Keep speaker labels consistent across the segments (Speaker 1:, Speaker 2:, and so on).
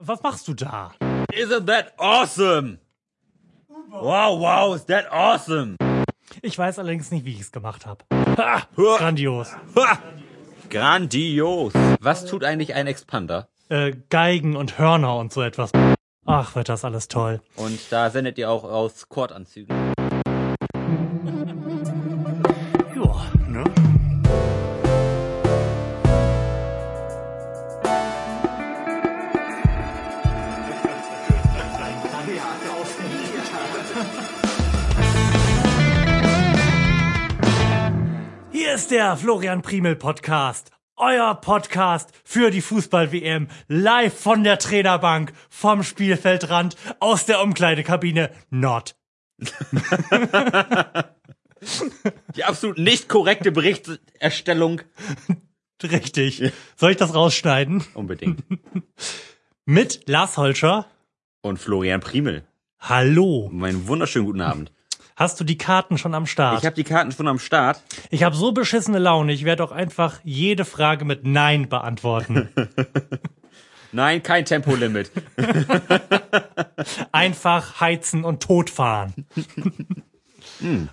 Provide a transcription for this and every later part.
Speaker 1: was machst du da?
Speaker 2: Isn't that awesome? Wow, wow, is that awesome?
Speaker 1: Ich weiß allerdings nicht, wie ich es gemacht habe.
Speaker 2: Ha, hua,
Speaker 1: Grandios.
Speaker 2: ha. Grandios. Was tut eigentlich ein Expander?
Speaker 1: Äh, Geigen und Hörner und so etwas. Ach, wird das alles toll.
Speaker 2: Und da sendet ihr auch aus Kordanzügen.
Speaker 1: Ja, ne? Hier ist der Florian Primel Podcast. Euer Podcast für die Fußball-WM live von der Trainerbank, vom Spielfeldrand, aus der Umkleidekabine. Not.
Speaker 2: Die absolut nicht korrekte Berichterstellung.
Speaker 1: Richtig. Soll ich das rausschneiden?
Speaker 2: Unbedingt.
Speaker 1: Mit Lars Holscher.
Speaker 2: Und Florian Primel.
Speaker 1: Hallo.
Speaker 2: Meinen wunderschönen guten Abend.
Speaker 1: Hast du die Karten schon am Start?
Speaker 2: Ich habe die Karten schon am Start.
Speaker 1: Ich habe so beschissene Laune, ich werde auch einfach jede Frage mit Nein beantworten.
Speaker 2: Nein, kein Tempolimit.
Speaker 1: Einfach heizen und totfahren.
Speaker 2: Hm.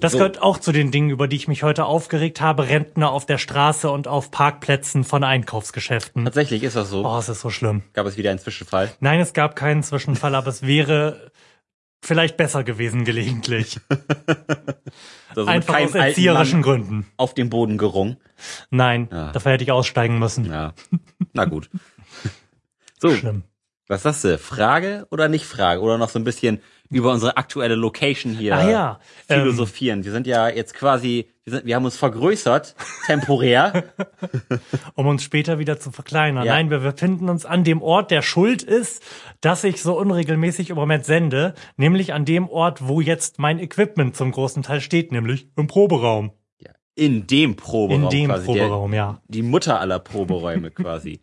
Speaker 1: Das gehört auch zu den Dingen, über die ich mich heute aufgeregt habe. Rentner auf der Straße und auf Parkplätzen von Einkaufsgeschäften.
Speaker 2: Tatsächlich ist das so.
Speaker 1: Oh, es ist so schlimm.
Speaker 2: Gab es wieder einen Zwischenfall.
Speaker 1: Nein, es gab keinen Zwischenfall, aber es wäre vielleicht besser gewesen gelegentlich.
Speaker 2: Also mit
Speaker 1: Einfach
Speaker 2: keinem
Speaker 1: aus
Speaker 2: alten
Speaker 1: erzieherischen
Speaker 2: Mann Ah.
Speaker 1: Gründen.
Speaker 2: Auf dem Boden gerungen.
Speaker 1: Nein, dafür hätte ich aussteigen müssen.
Speaker 2: Ja, na gut. So,
Speaker 1: Schlimm.
Speaker 2: was sagst du? Frage oder nicht Frage? Oder noch so ein bisschen über unsere aktuelle Location hier
Speaker 1: Ah ja, ähm.
Speaker 2: philosophieren. wir sind ja jetzt quasi, wir, sind, wir haben uns vergrößert, temporär.
Speaker 1: um uns später wieder zu verkleinern.
Speaker 2: Ja.
Speaker 1: Nein, wir befinden uns an dem Ort, der schuld ist, dass ich so unregelmäßig im Moment sende, nämlich an dem Ort, wo jetzt mein Equipment zum großen Teil steht, nämlich im Proberaum.
Speaker 2: ja, in dem Proberaum
Speaker 1: In dem
Speaker 2: quasi.
Speaker 1: Proberaum, ja.
Speaker 2: Der, die Mutter aller Proberäume quasi.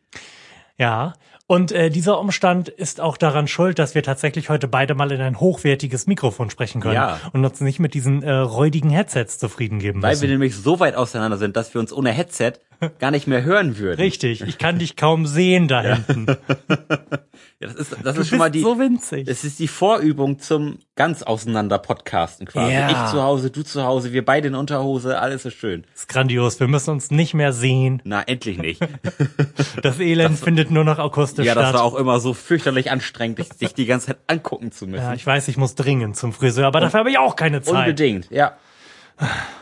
Speaker 1: Ja. Und äh, dieser Umstand ist auch daran schuld, dass wir tatsächlich heute beide mal in ein hochwertiges Mikrofon sprechen können
Speaker 2: Ja.
Speaker 1: und uns nicht mit diesen äh, räudigen Headsets zufrieden geben
Speaker 2: Weil wir
Speaker 1: müssen.
Speaker 2: nämlich so weit auseinander sind, dass wir uns ohne Headset gar nicht mehr hören würden.
Speaker 1: Richtig, ich kann dich kaum sehen da hinten.
Speaker 2: Ja, Das ist, das
Speaker 1: Du
Speaker 2: ist schon mal
Speaker 1: bist
Speaker 2: die,
Speaker 1: so winzig.
Speaker 2: Es ist die Vorübung zum ganz auseinander Podcasten quasi.
Speaker 1: Ja.
Speaker 2: Ich zu Hause, du zu Hause, wir beide in Unterhose, alles ist schön.
Speaker 1: Das ist grandios, wir müssen uns nicht mehr sehen.
Speaker 2: Na, endlich nicht.
Speaker 1: Das Elend findet nur noch akustisch
Speaker 2: ja,
Speaker 1: statt.
Speaker 2: das war auch immer so fürchterlich anstrengend, dich, dich die ganze Zeit angucken zu müssen.
Speaker 1: Ja, ich weiß, ich muss dringend zum Friseur, aber dafür habe ich auch keine Zeit.
Speaker 2: Unbedingt, ja.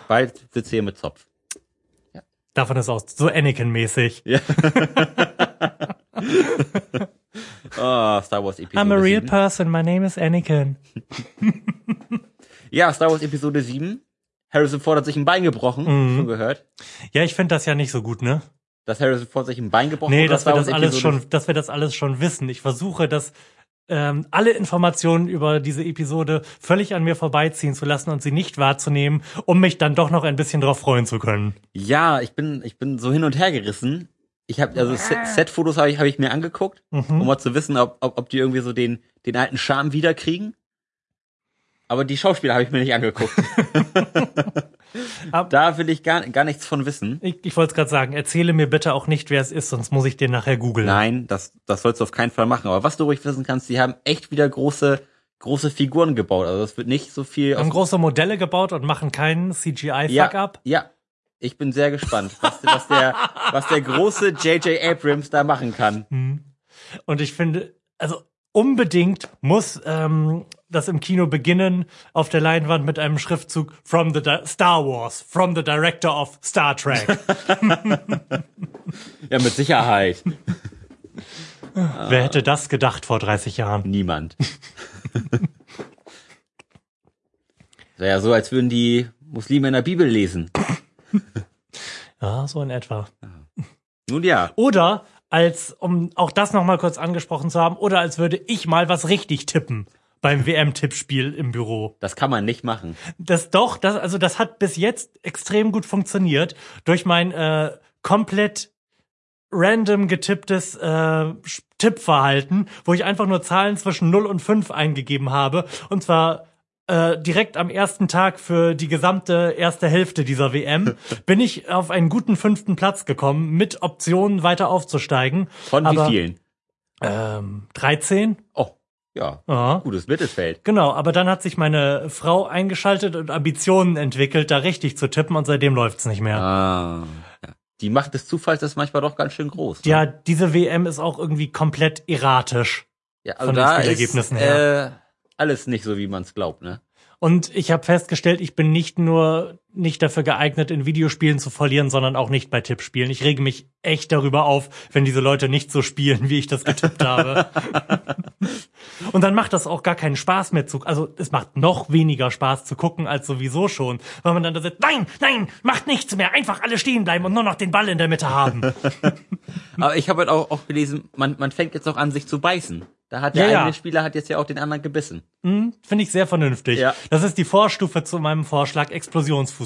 Speaker 2: Bald sitzt hier mit Zopf.
Speaker 1: Davon ist aus, so Anakin-mäßig.
Speaker 2: Ah, Star Wars Episode
Speaker 1: I'm a real
Speaker 2: 7.
Speaker 1: person, my name is Anakin.
Speaker 2: Ja, Star Wars Episode 7. Harrison Ford hat sich ein Bein gebrochen,
Speaker 1: Mhm.
Speaker 2: schon gehört.
Speaker 1: Ja, ich finde das ja nicht so gut, ne?
Speaker 2: Dass Harrison Ford sich ein Bein gebrochen
Speaker 1: Nee,
Speaker 2: oder
Speaker 1: dass wir das alles
Speaker 2: Episode-
Speaker 1: schon, dass wir das alles schon wissen. Ich versuche, dass ähm, alle Informationen über diese Episode völlig an mir vorbeiziehen zu lassen und sie nicht wahrzunehmen, um mich dann doch noch ein bisschen drauf freuen zu können.
Speaker 2: Ja, ich bin, ich bin so hin und her gerissen. Ich habe also Se- Set-Fotos habe ich, hab ich mir angeguckt, um mal zu wissen, ob, ob, ob die irgendwie so den, den alten Charme wiederkriegen. Aber die Schauspieler habe ich mir nicht angeguckt.
Speaker 1: Ab-
Speaker 2: da will ich gar, gar nichts von wissen.
Speaker 1: Ich, ich wollte es gerade sagen, erzähle mir bitte auch nicht, wer es ist, sonst muss ich den nachher googeln.
Speaker 2: Nein, das, das sollst du auf keinen Fall machen. Aber was du ruhig wissen kannst, die haben echt wieder große, große Figuren gebaut. Also das wird nicht so viel.
Speaker 1: Haben
Speaker 2: Auf,
Speaker 1: große Modelle gebaut und machen keinen
Speaker 2: ja,
Speaker 1: CGI-Fuck-up.
Speaker 2: ja. Ich bin sehr gespannt, was, was der, was der große J.J. Abrams da machen kann.
Speaker 1: Und ich finde, also unbedingt muss ähm, das im Kino beginnen auf der Leinwand mit einem Schriftzug From the Di Star Wars, from the director of Star Trek.
Speaker 2: Ja, mit Sicherheit.
Speaker 1: Wer hätte das gedacht vor 30 Jahren?
Speaker 2: Niemand. Wäre ja so, als würden die Muslime in der Bibel lesen.
Speaker 1: Ja, so in etwa.
Speaker 2: Nun ja,
Speaker 1: Oder als, um auch das nochmal kurz angesprochen zu haben, oder als würde ich mal was richtig tippen beim WM-Tippspiel im Büro.
Speaker 2: das kann man nicht machen.
Speaker 1: Das doch, das, also das hat bis jetzt extrem gut funktioniert. Durch mein äh, komplett random getipptes äh, Sch- Tippverhalten, wo ich einfach nur Zahlen zwischen 0 und 5 eingegeben habe. Und zwar äh, direkt am ersten Tag für die gesamte erste Hälfte dieser WM bin ich auf einen guten fünften Platz gekommen, mit Optionen weiter aufzusteigen.
Speaker 2: Von wie
Speaker 1: Aber-
Speaker 2: vielen?
Speaker 1: ähm, 13.
Speaker 2: Oh, ja.
Speaker 1: Ja.
Speaker 2: Gutes Mittelfeld.
Speaker 1: Genau, aber dann hat sich meine Frau eingeschaltet und Ambitionen entwickelt, da richtig zu tippen und seitdem läuft's nicht mehr.
Speaker 2: Ah. Ja. Die Macht des Zufalls ist manchmal doch ganz schön groß. ne?
Speaker 1: Ja, diese WM ist auch irgendwie komplett erratisch.
Speaker 2: ja also
Speaker 1: von den Spielergebnissen her.
Speaker 2: Äh, alles nicht so, wie man es glaubt, ne?
Speaker 1: Und ich habe festgestellt, ich bin nicht nur nicht dafür geeignet, in Videospielen zu verlieren, sondern auch nicht bei Tippspielen. Ich rege mich echt darüber auf, wenn diese Leute nicht so spielen, wie ich das getippt habe. Und dann macht das auch gar keinen Spaß mehr zu. Also es macht noch weniger Spaß zu gucken als sowieso schon, weil man dann da sitzt, nein, nein, macht nichts mehr, einfach alle stehen bleiben und nur noch den Ball in der Mitte haben.
Speaker 2: Aber ich habe halt auch, auch gelesen, man, man fängt jetzt auch an, sich zu beißen. Da hat der
Speaker 1: Ja, ja.
Speaker 2: eine Spieler hat jetzt ja auch den anderen gebissen.
Speaker 1: Finde ich sehr vernünftig.
Speaker 2: Ja.
Speaker 1: Das ist die Vorstufe zu meinem Vorschlag Explosionsfußball.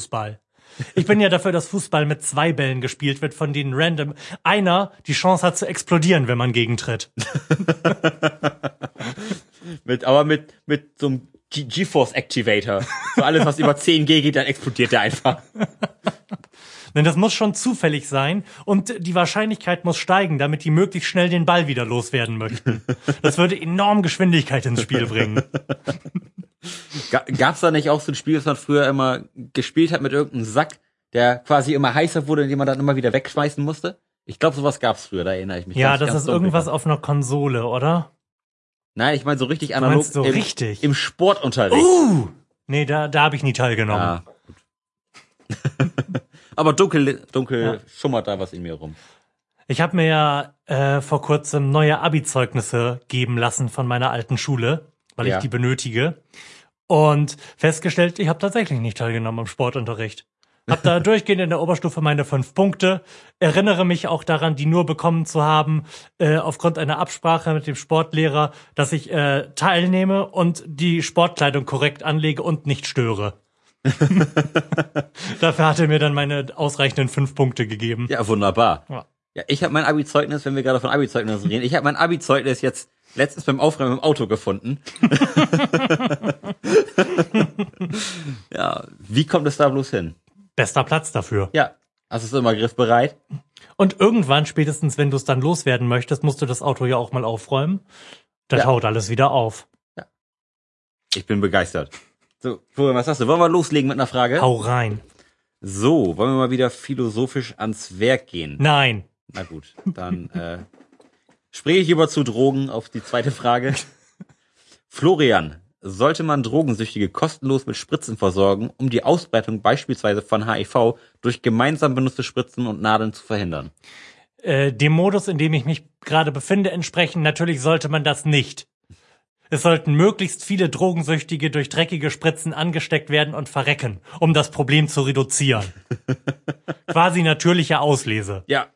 Speaker 1: Ich bin ja dafür, dass Fußball mit zwei Bällen gespielt wird, von denen random einer die Chance hat zu explodieren, wenn man gegentritt.
Speaker 2: Mit, aber mit, mit so einem G- GeForce Activator. So alles, was über 10G geht, dann explodiert der einfach.
Speaker 1: Denn das muss schon zufällig sein und die Wahrscheinlichkeit muss steigen, damit die möglichst schnell den Ball wieder loswerden möchten. Das würde enorm Geschwindigkeit ins Spiel bringen.
Speaker 2: Ga- Gab's da nicht auch so ein Spiel, das man früher immer gespielt hat mit irgendeinem Sack, der quasi immer heißer wurde, indem man dann immer wieder wegschmeißen musste? Ich glaube, sowas gab's früher, da erinnere ich mich.
Speaker 1: Ja,
Speaker 2: Ganz-
Speaker 1: das
Speaker 2: ganz
Speaker 1: ist
Speaker 2: dunkel.
Speaker 1: irgendwas auf einer Konsole, oder?
Speaker 2: Nein, ich meine so richtig analog
Speaker 1: meinst so
Speaker 2: im,
Speaker 1: richtig?
Speaker 2: im Sportunterricht.
Speaker 1: Uh! Nee, da, da habe ich nie teilgenommen.
Speaker 2: Ja. Aber dunkel, dunkel schummert da was in mir rum.
Speaker 1: Ich habe mir ja äh, vor kurzem neue Abi-Zeugnisse geben lassen von meiner alten Schule, weil
Speaker 2: Ja.
Speaker 1: ich die benötige. Und festgestellt, ich habe tatsächlich nicht teilgenommen am Sportunterricht. Hab da durchgehend in der Oberstufe meine fünf Punkte. Erinnere mich auch daran, die nur bekommen zu haben, äh, aufgrund einer Absprache mit dem Sportlehrer, dass ich äh, teilnehme und die Sportkleidung korrekt anlege und nicht störe. Dafür hat er mir dann meine ausreichenden fünf Punkte gegeben.
Speaker 2: Ja, wunderbar.
Speaker 1: Ja.
Speaker 2: Ja, ich habe mein Abi-Zeugnis, wenn wir gerade von Abi-Zeugnissen reden, ich habe mein Abi-Zeugnis jetzt letztens beim Aufräumen im Auto gefunden. ja, wie kommt es da bloß hin?
Speaker 1: Bester Platz dafür.
Speaker 2: Ja, hast du es immer griffbereit?
Speaker 1: Und irgendwann, spätestens wenn du es dann loswerden möchtest, musst du das Auto ja auch mal aufräumen. Das
Speaker 2: Ja.
Speaker 1: haut alles wieder auf.
Speaker 2: Ich bin begeistert. So, Florian, was sagst du? Wollen wir loslegen mit einer Frage?
Speaker 1: Hau rein.
Speaker 2: So, wollen wir mal wieder philosophisch ans Werk gehen?
Speaker 1: Nein.
Speaker 2: Na gut, dann äh, spreche ich über zu Drogen auf die zweite Frage. Florian, sollte man Drogensüchtige kostenlos mit Spritzen versorgen, um die Ausbreitung beispielsweise von HIV durch gemeinsam benutzte Spritzen und Nadeln zu verhindern?
Speaker 1: Äh, dem Modus, in dem ich mich gerade befinde, entsprechend natürlich sollte man das nicht. Es sollten möglichst viele Drogensüchtige durch dreckige Spritzen angesteckt werden und verrecken, um das Problem zu reduzieren. Quasi natürliche Auslese.
Speaker 2: Ja.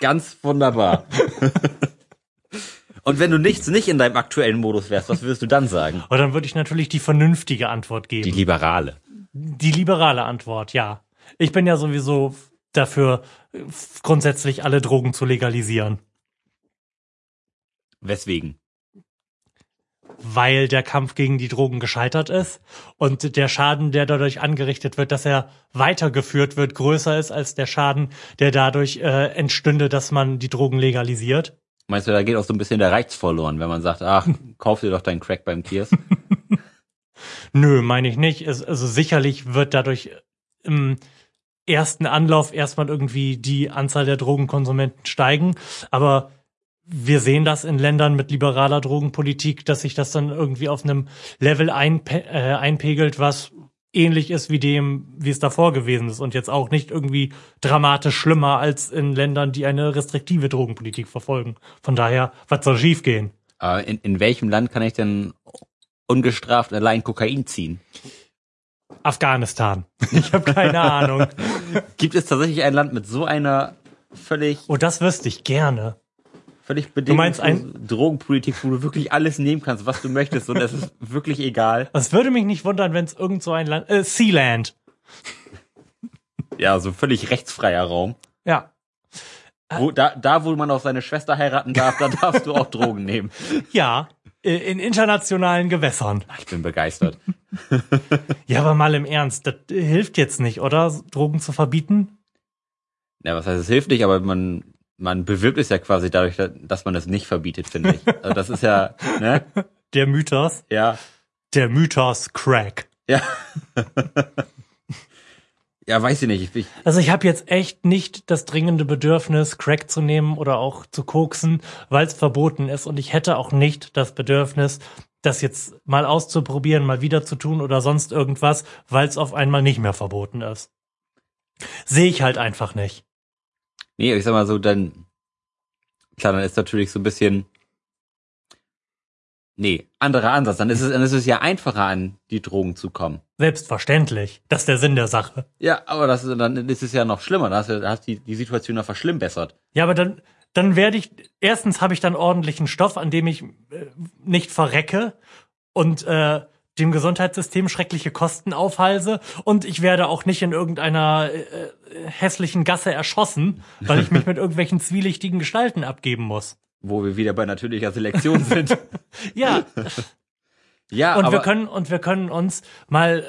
Speaker 2: Ganz wunderbar. und wenn du nichts nicht in deinem aktuellen Modus wärst, was würdest du dann sagen?
Speaker 1: Und dann würde ich natürlich die vernünftige Antwort geben.
Speaker 2: Die Liberale.
Speaker 1: Die liberale Antwort, ja. Ich bin ja sowieso f- dafür, f- grundsätzlich alle Drogen zu legalisieren,
Speaker 2: Weswegen?
Speaker 1: weil der Kampf gegen die Drogen gescheitert ist und der Schaden, der dadurch angerichtet wird, dass er weitergeführt wird, größer ist als der Schaden, der dadurch äh, entstünde, dass man die Drogen legalisiert.
Speaker 2: Meinst du, da geht auch so ein bisschen der Reiz verloren, wenn man sagt, ach, kauf dir doch deinen Crack beim Kiosk?
Speaker 1: Nö, meine ich nicht. Es, also sicherlich wird dadurch äh, im ersten Anlauf erstmal irgendwie die Anzahl der Drogenkonsumenten steigen, aber wir sehen das in Ländern mit liberaler Drogenpolitik, dass sich das dann irgendwie auf einem Level einpe äh, einpegelt, was ähnlich ist wie dem, wie es davor gewesen ist und jetzt auch nicht irgendwie dramatisch schlimmer als in Ländern, die eine restriktive Drogenpolitik verfolgen. Von daher, was soll schiefgehen?
Speaker 2: Aber Äh, in, in welchem Land kann ich denn ungestraft allein Kokain ziehen?
Speaker 1: Afghanistan. Ich habe keine Ahnung.
Speaker 2: Gibt es tatsächlich ein Land mit so einer völlig,
Speaker 1: Oh, das wüsste ich gerne.
Speaker 2: völlig
Speaker 1: meinst ein-
Speaker 2: bedingungslosen Drogenpolitik, wo du wirklich alles nehmen kannst, was du möchtest und es ist wirklich egal?
Speaker 1: Es würde mich nicht wundern, wenn es irgend so ein Land. Äh, Sealand.
Speaker 2: Ja, so völlig rechtsfreier Raum.
Speaker 1: Ja.
Speaker 2: Wo, da, da, wo man auch seine Schwester heiraten darf, da darfst du auch Drogen nehmen.
Speaker 1: Ja. äh, In internationalen Gewässern.
Speaker 2: Ich bin begeistert.
Speaker 1: Ja, aber mal im Ernst, das äh, hilft jetzt nicht, oder? Drogen zu verbieten?
Speaker 2: Ja, was heißt, es hilft nicht, aber man man bewirbt es ja quasi dadurch, dass man es nicht verbietet, finde ich. Also das ist ja, ne?
Speaker 1: Der Mythos,
Speaker 2: Ja.
Speaker 1: der Mythos Crack.
Speaker 2: Ja. ja, weiß ich nicht. Ich, ich,
Speaker 1: Also ich habe jetzt echt nicht das dringende Bedürfnis, Crack zu nehmen oder auch zu koksen, weil es verboten ist. Und ich hätte auch nicht das Bedürfnis, das jetzt mal auszuprobieren, mal wieder zu tun oder sonst irgendwas, weil es auf einmal nicht mehr verboten ist. Sehe ich halt einfach nicht.
Speaker 2: nee, ich sag mal so, dann, klar, dann ist natürlich so ein bisschen, nee, anderer Ansatz. Dann ist es, dann ist es ja einfacher, an die Drogen zu kommen.
Speaker 1: Selbstverständlich. Das ist der Sinn der Sache.
Speaker 2: Ja, aber das, ist- dann ist es ja noch schlimmer. Da hast du, da hast die, die Situation noch verschlimmbessert.
Speaker 1: Ja, aber dann, dann werde ich, erstens habe ich dann ordentlichen Stoff, an dem ich äh, nicht verrecke und äh, dem Gesundheitssystem schreckliche Kosten aufhalse und ich werde auch nicht in irgendeiner äh, äh, hässlichen Gasse erschossen, weil ich mich mit irgendwelchen zwielichtigen Gestalten abgeben muss.
Speaker 2: Wo wir wieder bei natürlicher Selektion sind.
Speaker 1: Ja,
Speaker 2: Ja,
Speaker 1: und
Speaker 2: aber,
Speaker 1: wir können und wir können uns mal äh,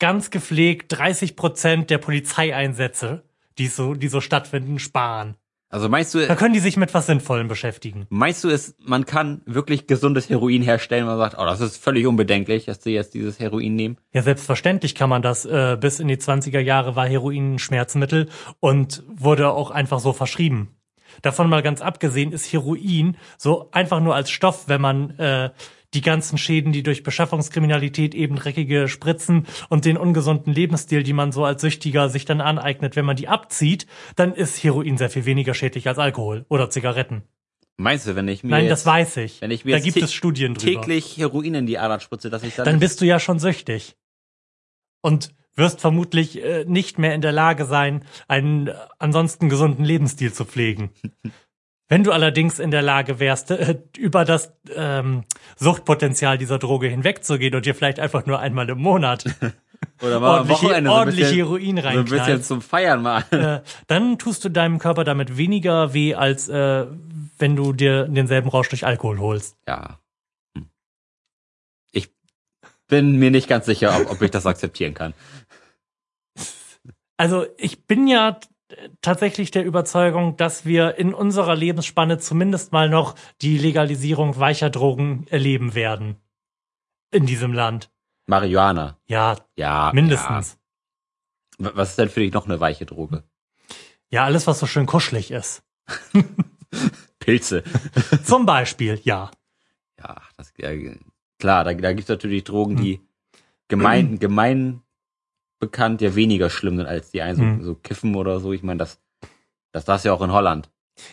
Speaker 1: ganz gepflegt 30 Prozent der Polizeieinsätze, die so, die so stattfinden, sparen.
Speaker 2: also meinst du,
Speaker 1: Da können die sich mit was Sinnvollem beschäftigen.
Speaker 2: Meinst du es, man kann wirklich gesundes Heroin herstellen, wenn man sagt, oh, das ist völlig unbedenklich, dass sie jetzt dieses Heroin nehmen?
Speaker 1: Ja, selbstverständlich kann man das. Äh, bis in die 20er Jahre war Heroin ein Schmerzmittel und wurde auch einfach so verschrieben. Davon mal ganz abgesehen ist Heroin so einfach nur als Stoff, wenn man äh, die ganzen Schäden, die durch Beschaffungskriminalität eben dreckige Spritzen und den ungesunden Lebensstil, die man so als Süchtiger sich dann aneignet, wenn man die abzieht, dann ist Heroin sehr viel weniger schädlich als Alkohol oder Zigaretten.
Speaker 2: Meinst du, wenn ich mir
Speaker 1: Nein,
Speaker 2: jetzt
Speaker 1: das weiß ich.
Speaker 2: wenn ich mir
Speaker 1: da
Speaker 2: jetzt
Speaker 1: gibt
Speaker 2: tä-
Speaker 1: es Studien drüber.
Speaker 2: täglich Heroin in die Ader spritze, dass ich dann,
Speaker 1: dann bist du ja schon süchtig. Und wirst vermutlich äh, nicht mehr in der Lage sein, einen äh, ansonsten gesunden Lebensstil zu pflegen. Wenn du allerdings in der Lage wärst, äh, über das ähm, Suchtpotenzial dieser Droge hinwegzugehen und dir vielleicht einfach nur einmal im Monat
Speaker 2: oder mal am
Speaker 1: ordentlich,
Speaker 2: Wochenende so ein
Speaker 1: ordentlich
Speaker 2: bisschen,
Speaker 1: Heroin
Speaker 2: so ein bisschen
Speaker 1: reinknallst,
Speaker 2: zum Feiern mal.
Speaker 1: äh, dann tust du deinem Körper damit weniger weh, als äh, wenn du dir denselben Rausch durch Alkohol holst.
Speaker 2: Ja. Hm. Ich bin mir nicht ganz sicher, ob, ob ich das akzeptieren kann.
Speaker 1: Also ich bin ja t- tatsächlich der Überzeugung, dass wir in unserer Lebensspanne zumindest mal noch die Legalisierung weicher Drogen erleben werden. In diesem Land.
Speaker 2: Marihuana.
Speaker 1: Ja,
Speaker 2: Ja.
Speaker 1: mindestens.
Speaker 2: Ja. W- Was ist denn für dich noch eine weiche Droge?
Speaker 1: Ja, alles, was so schön kuschelig ist.
Speaker 2: Pilze.
Speaker 1: Zum Beispiel, ja.
Speaker 2: Ja, das ja, klar, da, da gibt's natürlich
Speaker 1: Hm.
Speaker 2: Drogen, die gemein, gemein bekannt ja weniger schlimm sind als die einen, so,
Speaker 1: Mhm.
Speaker 2: so Kiffen oder so. Ich meine, das, das darfst du ja auch in Holland.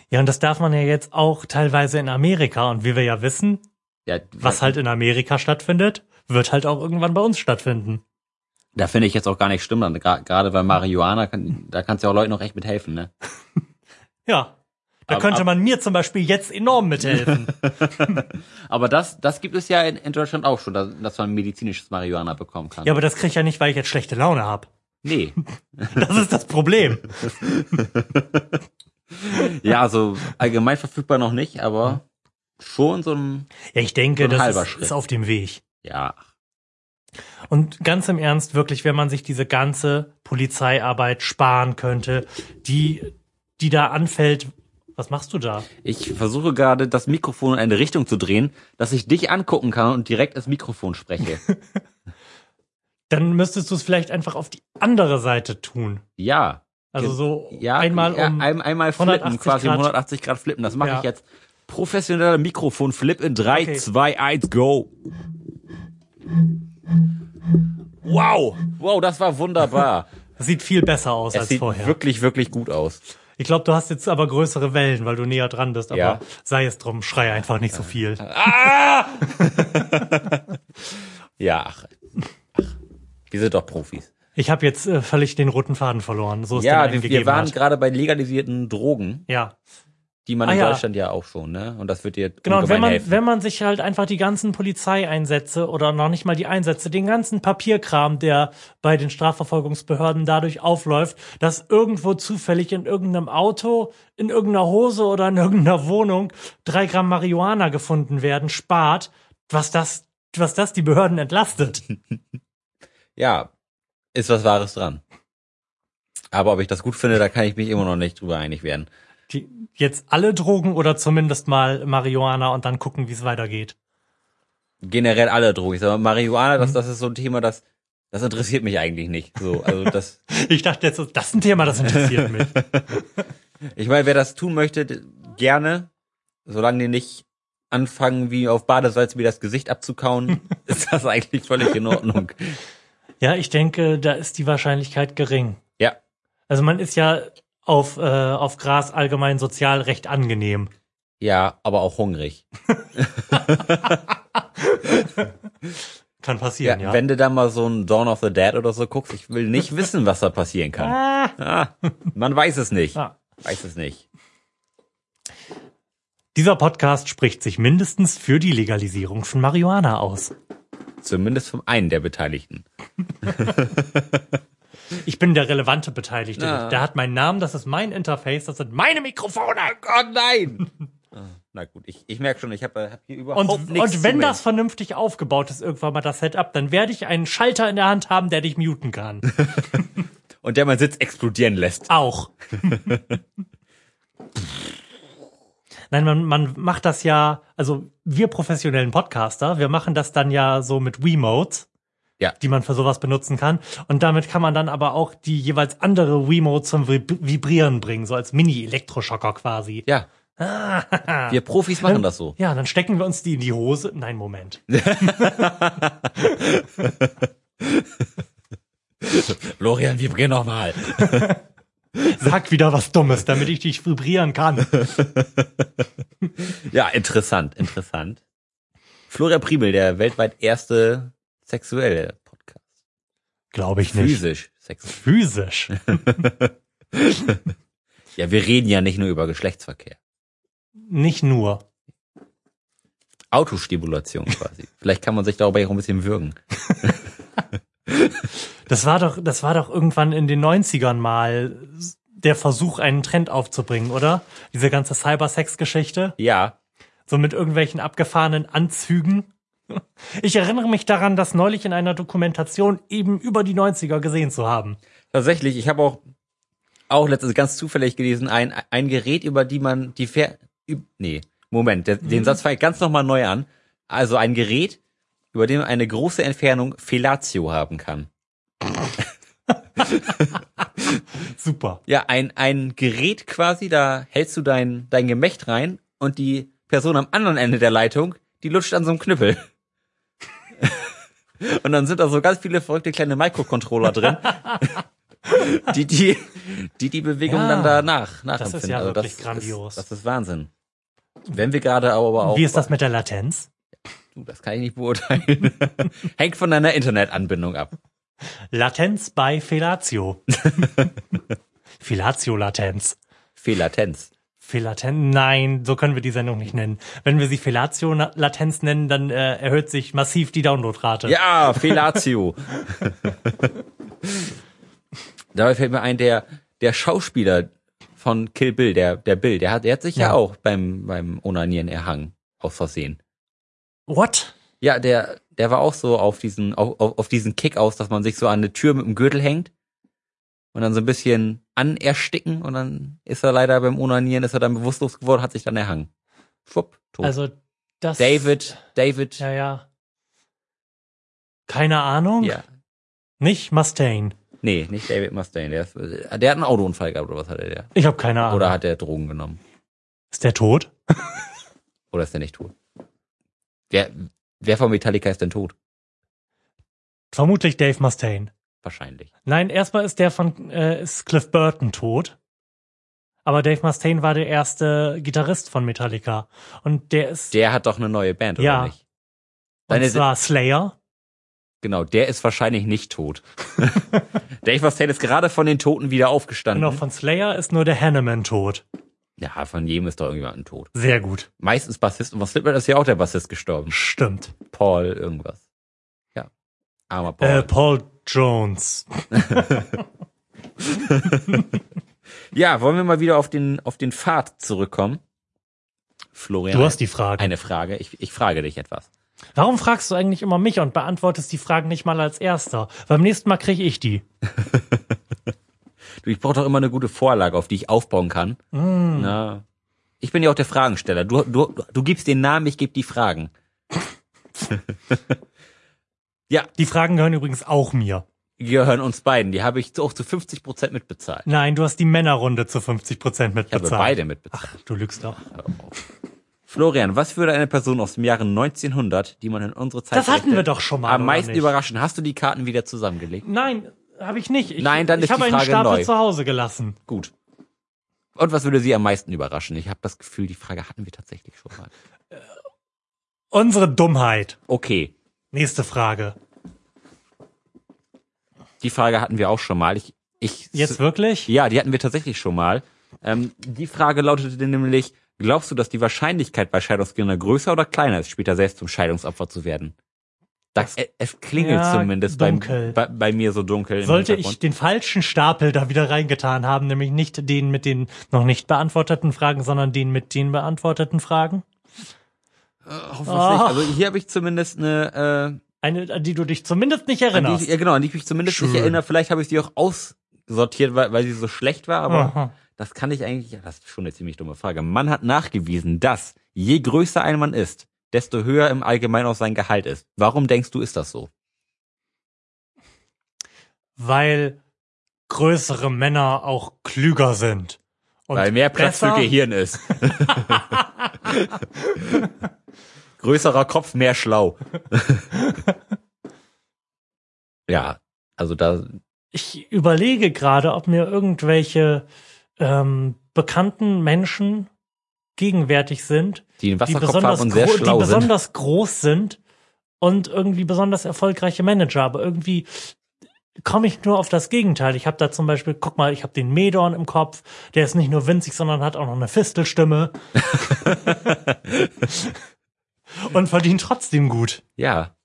Speaker 1: Ja, und das darf man ja jetzt auch teilweise in Amerika. Und wie wir ja wissen,
Speaker 2: Ja,
Speaker 1: was halt in Amerika stattfindet, wird halt auch irgendwann bei uns stattfinden.
Speaker 2: Da finde ich jetzt auch gar nicht schlimm, dann, gra- gerade bei Marihuana, kann, da kannst du ja auch Leuten noch echt mithelfen, ne?
Speaker 1: Ja. Da
Speaker 2: Aber-
Speaker 1: könnte man mir zum Beispiel jetzt enorm mithelfen.
Speaker 2: Aber das, das gibt es ja in, in Deutschland auch schon, dass, dass man medizinisches Marihuana bekommen kann.
Speaker 1: Ja, aber das krieg ich ja nicht, weil ich jetzt schlechte Laune habe.
Speaker 2: Nee.
Speaker 1: Das ist das Problem.
Speaker 2: ja, so allgemein verfügbar noch nicht, aber schon so ein,
Speaker 1: Ja, ich denke,
Speaker 2: So ein
Speaker 1: das
Speaker 2: halber
Speaker 1: ist,
Speaker 2: Schritt.
Speaker 1: ist auf dem Weg.
Speaker 2: ja,
Speaker 1: Und ganz im Ernst, wirklich, wenn man sich diese ganze Polizeiarbeit sparen könnte, die, die da anfällt, was machst du da?
Speaker 2: Ich versuche gerade, das Mikrofon in eine Richtung zu drehen, dass ich dich angucken kann und direkt ins Mikrofon spreche.
Speaker 1: Dann müsstest du es vielleicht einfach auf die andere Seite tun.
Speaker 2: ja.
Speaker 1: Also
Speaker 2: Ge-
Speaker 1: so
Speaker 2: Ja.
Speaker 1: einmal
Speaker 2: ja,
Speaker 1: um.
Speaker 2: ein, einmal flippen,
Speaker 1: 180
Speaker 2: quasi
Speaker 1: Grad.
Speaker 2: 180 Grad flippen. Das mache
Speaker 1: Ja.
Speaker 2: ich jetzt. Professioneller Mikrofonflip in
Speaker 1: Okay.
Speaker 2: 3, 2, 1, go. Wow. Wow, das war wunderbar.
Speaker 1: das sieht viel besser aus
Speaker 2: es
Speaker 1: als
Speaker 2: sieht
Speaker 1: vorher.
Speaker 2: wirklich, wirklich gut aus.
Speaker 1: Ich glaube, du hast jetzt aber größere Wellen, weil du näher dran bist. Aber
Speaker 2: Ja. Äh,
Speaker 1: sei es drum, schrei einfach nicht so viel.
Speaker 2: Ja, ach. ach. Wir sind doch Profis.
Speaker 1: Ich habe jetzt äh, völlig den roten Faden verloren. So ist
Speaker 2: Ja,
Speaker 1: der mir
Speaker 2: wir, wir
Speaker 1: gegeben
Speaker 2: waren
Speaker 1: hat.
Speaker 2: gerade bei legalisierten Drogen,
Speaker 1: Ja.
Speaker 2: die man
Speaker 1: Ah,
Speaker 2: in
Speaker 1: ja.
Speaker 2: Deutschland ja auch schon, ne? Und das wird dir
Speaker 1: Genau, und
Speaker 2: ungemein
Speaker 1: wenn man,
Speaker 2: helfen.
Speaker 1: wenn man sich halt einfach die ganzen Polizeieinsätze oder noch nicht mal die Einsätze, den ganzen Papierkram, der bei den Strafverfolgungsbehörden dadurch aufläuft, dass irgendwo zufällig in irgendeinem Auto, in irgendeiner Hose oder in irgendeiner Wohnung drei Gramm Marihuana gefunden werden, spart, was das, was das die Behörden entlastet.
Speaker 2: ja, ist was Wahres dran. Aber ob ich das gut finde, da kann ich mich immer noch nicht drüber einig werden.
Speaker 1: Die, jetzt alle Drogen oder zumindest mal Marihuana und dann gucken, wie es weitergeht.
Speaker 2: Generell alle Drogen. Ich sag mal, Marihuana, das, das ist so ein Thema, das, das interessiert mich eigentlich nicht. So, also das,
Speaker 1: Ich dachte jetzt, so, das ist ein Thema, das interessiert mich.
Speaker 2: ich meine, wer das tun möchte, d- gerne, solange die nicht anfangen, wie auf Badesalz mir das Gesicht abzukauen, ist das eigentlich völlig in Ordnung.
Speaker 1: Ja, ich denke, da ist die Wahrscheinlichkeit gering.
Speaker 2: Ja.
Speaker 1: Also man ist ja auf, äh, auf Gras allgemein sozial recht angenehm.
Speaker 2: Ja, aber auch hungrig.
Speaker 1: Kann
Speaker 2: Ja,
Speaker 1: passieren, ja.
Speaker 2: Wenn du da mal so ein Dawn of the Dead oder so guckst, ich will nicht wissen, was da passieren kann.
Speaker 1: ah.
Speaker 2: Ah, man weiß es nicht.
Speaker 1: Ah.
Speaker 2: Weiß es nicht.
Speaker 1: Dieser Podcast spricht sich mindestens für die Legalisierung von Marihuana aus.
Speaker 2: Zumindest vom einen der Beteiligten.
Speaker 1: Ich bin der relevante Beteiligte.
Speaker 2: Ja.
Speaker 1: Der hat meinen Namen, das ist mein Interface, das sind meine Mikrofone.
Speaker 2: Oh nein! Ah, Na gut, ich, ich merke schon, ich habe hab hier überhaupt
Speaker 1: Und,
Speaker 2: nichts.
Speaker 1: und wenn
Speaker 2: zu
Speaker 1: das vernünftig aufgebaut ist, irgendwann mal das Setup, dann werde ich einen Schalter in der Hand haben, der dich muten kann.
Speaker 2: melden. Und der meinen Sitz explodieren lässt.
Speaker 1: Auch. Nein, man, man macht das ja, also wir professionellen Podcaster, wir machen das dann ja so mit Wiimotes,
Speaker 2: Ja.
Speaker 1: die man für sowas benutzen kann. Und damit kann man dann aber auch die jeweils andere Wiimote zum Vib- Vibrieren bringen, so als Mini-Elektroschocker quasi. Ah,
Speaker 2: Ja. Wir Profis machen das so.
Speaker 1: Ja, dann stecken wir uns die in die Hose. Nein, Moment.
Speaker 2: Florian, vibrier nochmal.
Speaker 1: Sag wieder was Dummes, damit ich dich vibrieren kann.
Speaker 2: Ja, interessant, interessant. Florian Priebel, der weltweit erste sexuelle Podcast.
Speaker 1: Glaube ich nicht.
Speaker 2: Physisch sexuell.
Speaker 1: Physisch.
Speaker 2: Ja, wir reden ja nicht nur über Geschlechtsverkehr.
Speaker 1: Nicht nur.
Speaker 2: Autostimulation quasi. Vielleicht kann man sich dabei auch ein bisschen würgen.
Speaker 1: Das war doch, das war doch irgendwann in den 90ern mal der Versuch, einen Trend aufzubringen, oder? Diese ganze Cybersex-Geschichte.
Speaker 2: Ja,
Speaker 1: So mit irgendwelchen abgefahrenen Anzügen. Ich erinnere mich daran, das neulich in einer Dokumentation eben über die 90er gesehen zu haben.
Speaker 2: tatsächlich. Ich habe auch auch letztens ganz zufällig gelesen ein ein Gerät, über die man die Fer üb- nee Moment, der, den Satz fange ich ganz nochmal neu an. Also ein Gerät, über dem eine große Entfernung Fellatio haben kann.
Speaker 1: Super.
Speaker 2: Ja, ein ein Gerät quasi. Da hältst du dein dein Gemächt rein und die Person am anderen Ende der Leitung, die lutscht an so einem Knüppel. Und dann sind da so ganz viele verrückte kleine Mikrocontroller drin, die die, die, die Bewegung
Speaker 1: Ja.
Speaker 2: dann danach nachempfinden.
Speaker 1: Das ist ja
Speaker 2: also
Speaker 1: wirklich
Speaker 2: das
Speaker 1: grandios.
Speaker 2: Ist, das ist Wahnsinn. Wenn wir gerade aber auch.
Speaker 1: Wie ist das mit der Latenz?
Speaker 2: Du, das kann ich nicht beurteilen. Hängt von deiner Internetanbindung ab.
Speaker 1: Latenz bei Felatio. Felatio-Latenz.
Speaker 2: Fehlatenz.
Speaker 1: Felatenz? Nein, so können wir die Sendung nicht nennen. Wenn wir sie Felatio-Latenz nennen, dann äh, erhöht sich massiv die Downloadrate.
Speaker 2: Ja, Felatio. Dabei fällt mir ein, der, der Schauspieler von Kill Bill, der, der Bill, der hat, der hat sich ja,
Speaker 1: Ja.
Speaker 2: auch beim, beim Onanieren erhangen. Aus Versehen.
Speaker 1: What?
Speaker 2: Ja, der, der war auch so auf diesen, auf, auf, auf diesen Kick aus, dass man sich so an eine Tür mit dem Gürtel hängt und dann so ein bisschen anersticken und dann ist er leider beim Onanieren, ist er dann bewusstlos geworden, hat sich dann erhangen. Schwupp, tot.
Speaker 1: Also das
Speaker 2: David, David,
Speaker 1: Ja, ja. Keine Ahnung.
Speaker 2: ja.
Speaker 1: Nicht Mustaine.
Speaker 2: Nee, nicht David Mustaine. Der, ist, äh, der hat einen Autounfall gehabt, oder was hatte der?
Speaker 1: Ich habe keine Ahnung.
Speaker 2: Oder hat er Drogen genommen?
Speaker 1: ist der tot?
Speaker 2: Oder ist der nicht tot? Wer, wer von Metallica ist denn tot?
Speaker 1: Vermutlich Dave Mustaine.
Speaker 2: Wahrscheinlich.
Speaker 1: Nein, erstmal ist der von äh, ist Cliff Burton tot. Aber Dave Mustaine war der erste Gitarrist von Metallica und der ist
Speaker 2: Der hat doch eine neue Band, oder
Speaker 1: Ja.
Speaker 2: nicht?
Speaker 1: und
Speaker 2: Deine-
Speaker 1: zwar Slayer.
Speaker 2: Genau, der ist wahrscheinlich nicht tot. Dave Mustaine ist gerade von den Toten wieder aufgestanden.
Speaker 1: Genau, von Slayer ist nur der Hanneman tot.
Speaker 2: ja, von jedem ist doch irgendjemand tot.
Speaker 1: Sehr gut.
Speaker 2: Meistens Bassist. Und was Slipknot ist ja auch der Bassist gestorben.
Speaker 1: Stimmt.
Speaker 2: Paul irgendwas. Ja. Armer Paul.
Speaker 1: Äh, Paul Jones.
Speaker 2: ja, wollen wir mal wieder auf den, auf den Pfad zurückkommen? Florian.
Speaker 1: Du hast die Frage.
Speaker 2: Eine Frage. Ich, ich frage dich etwas.
Speaker 1: Warum fragst du eigentlich immer mich und beantwortest die Fragen nicht mal als erster? Beim nächsten Mal krieg ich die.
Speaker 2: Du, ich brauche doch immer eine gute Vorlage, auf die ich aufbauen kann.
Speaker 1: Mm.
Speaker 2: Na, ich bin ja auch der Fragensteller. Du, du, du gibst den Namen, ich gebe die Fragen. ja,
Speaker 1: Die Fragen gehören übrigens auch mir.
Speaker 2: gehören uns beiden. Die habe ich zu- auch zu 50 Prozent mitbezahlt.
Speaker 1: Nein, du hast die Männerrunde zu 50 Prozent
Speaker 2: Ich habe
Speaker 1: mitbezahlt.
Speaker 2: beide mitbezahlt.
Speaker 1: Du lügst doch.
Speaker 2: Florian, was würde eine Person aus dem Jahre 1900, die man in unsere Zeit
Speaker 1: Das hatten
Speaker 2: rechnete,
Speaker 1: wir doch schon mal,
Speaker 2: am
Speaker 1: oder
Speaker 2: meisten
Speaker 1: nicht?
Speaker 2: überraschen? Hast du die Karten wieder zusammengelegt?
Speaker 1: Nein, habe ich nicht. Ich,
Speaker 2: Nein, dann
Speaker 1: ich
Speaker 2: ist
Speaker 1: habe
Speaker 2: die
Speaker 1: einen
Speaker 2: Frage
Speaker 1: Stapel
Speaker 2: neu.
Speaker 1: zu Hause gelassen.
Speaker 2: Gut. Und was würde Sie am meisten überraschen? Ich habe das Gefühl, die Frage hatten wir tatsächlich schon mal.
Speaker 1: Unsere Dummheit.
Speaker 2: Okay,
Speaker 1: Nächste Frage.
Speaker 2: die Frage hatten wir auch schon mal. Ich, ich
Speaker 1: Jetzt wirklich?
Speaker 2: Ja, die hatten wir tatsächlich schon mal. Ähm, die Frage lautete nämlich, glaubst du, dass die Wahrscheinlichkeit bei Scheidungskindern größer oder kleiner ist, später selbst zum Scheidungsopfer zu werden? Das, es, es klingelt
Speaker 1: Ja,
Speaker 2: zumindest beim,
Speaker 1: dunkel.
Speaker 2: bei, bei mir so dunkel. im
Speaker 1: Sollte ich
Speaker 2: Hintergrund.
Speaker 1: den falschen Stapel da wieder reingetan haben, nämlich nicht den mit den noch nicht beantworteten Fragen, sondern den mit den beantworteten Fragen?
Speaker 2: Äh, Hoffentlich.
Speaker 1: Ah.
Speaker 2: Also hier habe ich zumindest eine,
Speaker 1: Eine, an die du dich zumindest nicht
Speaker 2: äh, an die,
Speaker 1: erinnerst.
Speaker 2: ich- ja, genau, an die ich mich zumindest
Speaker 1: Schön.
Speaker 2: nicht erinnere. Vielleicht habe ich sie auch aussortiert, weil, weil sie so schlecht war, aber
Speaker 1: Aha.
Speaker 2: das kann ich eigentlich, ja, das ist schon eine ziemlich dumme Frage. Man hat nachgewiesen, dass je größer ein Mann ist, desto höher im Allgemeinen auch sein Gehalt ist. Warum denkst du, ist das so?
Speaker 1: Weil größere Männer auch klüger sind. Und
Speaker 2: Weil mehr Platz
Speaker 1: besser-
Speaker 2: für Gehirn ist. Größerer Kopf, mehr schlau. ja, also da,
Speaker 1: Ich überlege gerade, ob mir irgendwelche ähm, bekannten Menschen gegenwärtig sind,
Speaker 2: die einen
Speaker 1: die
Speaker 2: Wasserkopf
Speaker 1: besonders,
Speaker 2: haben und sehr
Speaker 1: gro- die
Speaker 2: schlau sind.
Speaker 1: besonders groß sind und irgendwie besonders erfolgreiche Manager. Aber irgendwie komme ich nur auf das Gegenteil. Ich habe da zum Beispiel, guck mal, ich habe den Medorn im Kopf. Der ist nicht nur winzig, sondern hat auch noch eine Fistelstimme. und verdient trotzdem gut.
Speaker 2: Ja.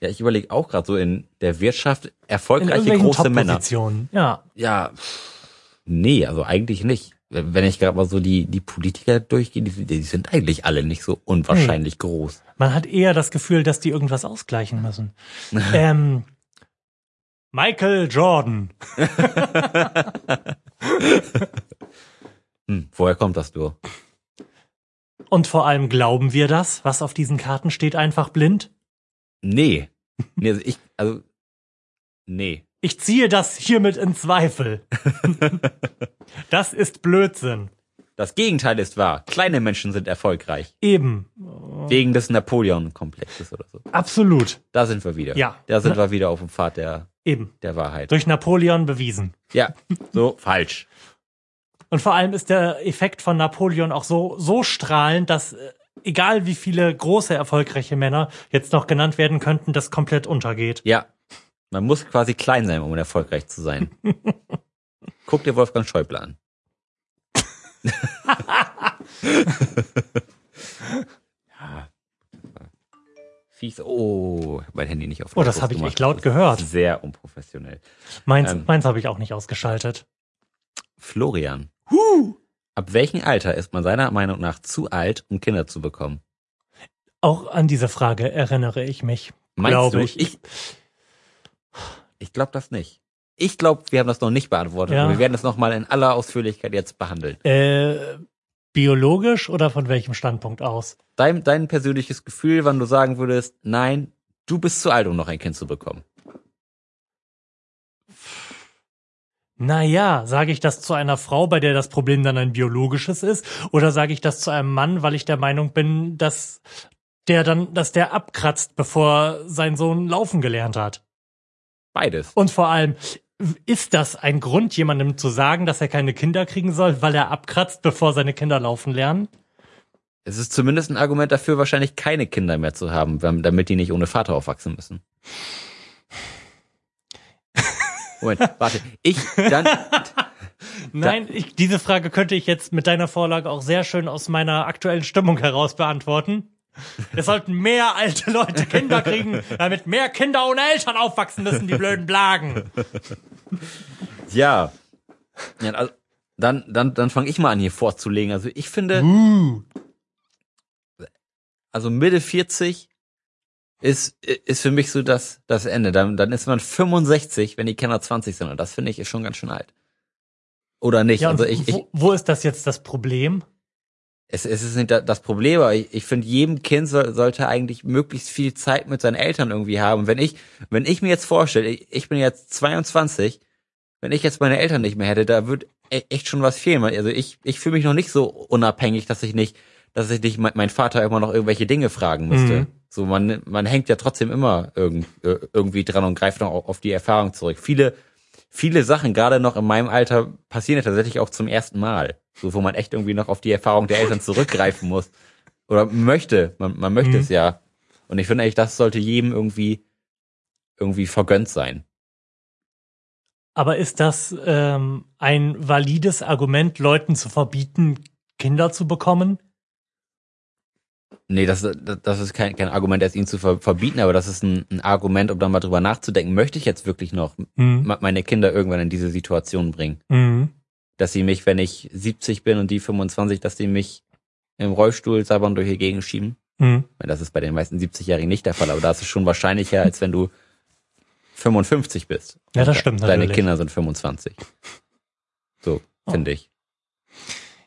Speaker 2: Ja, ich überlege auch gerade so in der Wirtschaft erfolgreiche
Speaker 1: irgendwelchen
Speaker 2: große Männer.
Speaker 1: Top-Positionen. Ja.
Speaker 2: Ja, pff, nee, also eigentlich nicht. Wenn wenn ich gerade mal so die, die Politiker durchgehe, die, die sind eigentlich alle nicht so unwahrscheinlich groß.
Speaker 1: Man hat eher das Gefühl, dass die irgendwas ausgleichen müssen. ähm, Michael Jordan.
Speaker 2: Hm, woher kommt das nur?
Speaker 1: Und vor allem glauben wir das, was auf diesen Karten steht, einfach blind?
Speaker 2: Nee. nee also ich, also, nee.
Speaker 1: Ich ziehe das hiermit in Zweifel. das ist Blödsinn.
Speaker 2: Das Gegenteil ist wahr. Kleine Menschen sind erfolgreich.
Speaker 1: Eben.
Speaker 2: Wegen des Napoleon-Komplexes oder so.
Speaker 1: Absolut.
Speaker 2: Da sind wir wieder.
Speaker 1: Ja.
Speaker 2: Da sind wir wieder auf dem Pfad der,
Speaker 1: Eben.
Speaker 2: der Wahrheit.
Speaker 1: Durch Napoleon bewiesen.
Speaker 2: Ja. So, falsch.
Speaker 1: Und vor allem ist der Effekt von Napoleon auch so, so strahlend, dass äh, egal wie viele große, erfolgreiche Männer jetzt noch genannt werden könnten, das komplett untergeht.
Speaker 2: Ja. Man muss quasi klein sein, um erfolgreich zu sein. Guck dir Wolfgang Schäuble an. ja. Fies. Oh, ich hab mein Handy nicht auf.
Speaker 1: Oh, das habe ich echt laut gehört.
Speaker 2: Sehr unprofessionell.
Speaker 1: Meins,
Speaker 2: Hm. Ähm.
Speaker 1: meins habe ich auch nicht ausgeschaltet.
Speaker 2: Florian. Ab welchem Alter ist man seiner Meinung nach zu alt, um Kinder zu bekommen?
Speaker 1: Auch an diese Frage erinnere ich mich.
Speaker 2: Meinst
Speaker 1: Glaube
Speaker 2: du?
Speaker 1: ich.
Speaker 2: Ich, ich glaube das nicht. Ich glaube, wir haben das noch nicht beantwortet.
Speaker 1: Ja.
Speaker 2: Wir werden das nochmal in aller Ausführlichkeit jetzt behandeln.
Speaker 1: Äh, biologisch oder von welchem Standpunkt aus?
Speaker 2: Dein, dein persönliches Gefühl, wann du sagen würdest, nein, du bist zu alt, um noch ein Kind zu bekommen.
Speaker 1: Naja, sage ich das zu einer Frau, bei der das Problem dann ein biologisches ist? Oder sage ich das zu einem Mann, weil ich der Meinung bin, dass der dann, dass der abkratzt, bevor sein Sohn laufen gelernt hat?
Speaker 2: Beides.
Speaker 1: Und vor allem, ist das ein Grund, jemandem zu sagen, dass er keine Kinder kriegen soll, weil er abkratzt, bevor seine Kinder laufen lernen?
Speaker 2: Es ist zumindest ein Argument dafür, wahrscheinlich keine Kinder mehr zu haben, wenn- damit die nicht ohne Vater aufwachsen müssen. Moment, warte. Ich, dann,
Speaker 1: Nein, ich, diese Frage könnte ich jetzt mit deiner Vorlage auch sehr schön aus meiner aktuellen Stimmung heraus beantworten. Es sollten mehr alte Leute Kinder kriegen, damit mehr Kinder ohne Eltern aufwachsen müssen, die blöden Blagen.
Speaker 2: Ja. ja also, dann dann, dann fange ich mal an, hier vorzulegen. Also ich Uh. finde, also Mitte 40 ist, ist für mich so das, das Ende. Dann, dann ist man 65, wenn die Kenner 20 sind. Und das finde ich ist schon ganz schön alt. Oder nicht?
Speaker 1: Ja, und
Speaker 2: also ich, ich
Speaker 1: wo, wo ist das jetzt das Problem?
Speaker 2: es, es ist nicht da- das Problem, aber ich, ich finde, jedem Kind soll, sollte eigentlich möglichst viel Zeit mit seinen Eltern irgendwie haben. Und wenn ich, wenn ich mir jetzt vorstelle, ich, ich bin jetzt 22, wenn ich jetzt meine Eltern nicht mehr hätte, da würde e- echt schon was fehlen. Also ich, ich fühle mich noch nicht so unabhängig, dass ich nicht, dass ich nicht mein, mein Vater immer noch irgendwelche Dinge fragen müsste.
Speaker 1: Mhm.
Speaker 2: So, man, man hängt ja trotzdem immer irgend, äh, irgendwie dran und greift noch au- auf die Erfahrung zurück. Viele, viele Sachen, gerade noch in meinem Alter, passieren ja tatsächlich auch zum ersten Mal. So, wo man echt irgendwie noch auf die Erfahrung der Eltern zurückgreifen muss. Oder möchte. Man, man möchte
Speaker 1: Mhm.
Speaker 2: es ja. Und ich finde eigentlich, das sollte jedem irgendwie, irgendwie vergönnt sein.
Speaker 1: Aber ist das ähm, ein valides Argument, Leuten zu verbieten, Kinder zu bekommen?
Speaker 2: Nee, das, das das ist kein, kein Argument, das ihn zu ver verbieten, aber das ist ein, ein Argument, um dann mal drüber nachzudenken. Möchte ich jetzt wirklich noch
Speaker 1: Mhm.
Speaker 2: me- meine Kinder irgendwann in diese Situation bringen?
Speaker 1: Mhm.
Speaker 2: Dass sie mich, wenn ich 70 bin und die 25, dass die mich im Rollstuhl sabbern durch die Gegend schieben?
Speaker 1: Mhm.
Speaker 2: Ich meine, Das ist bei den meisten 70-Jährigen nicht der Fall, aber da ist es schon wahrscheinlicher, als wenn du 55 bist.
Speaker 1: Ja, das
Speaker 2: Und
Speaker 1: stimmt
Speaker 2: Deine
Speaker 1: natürlich. Oh.
Speaker 2: Kinder sind 25. So, finde ich.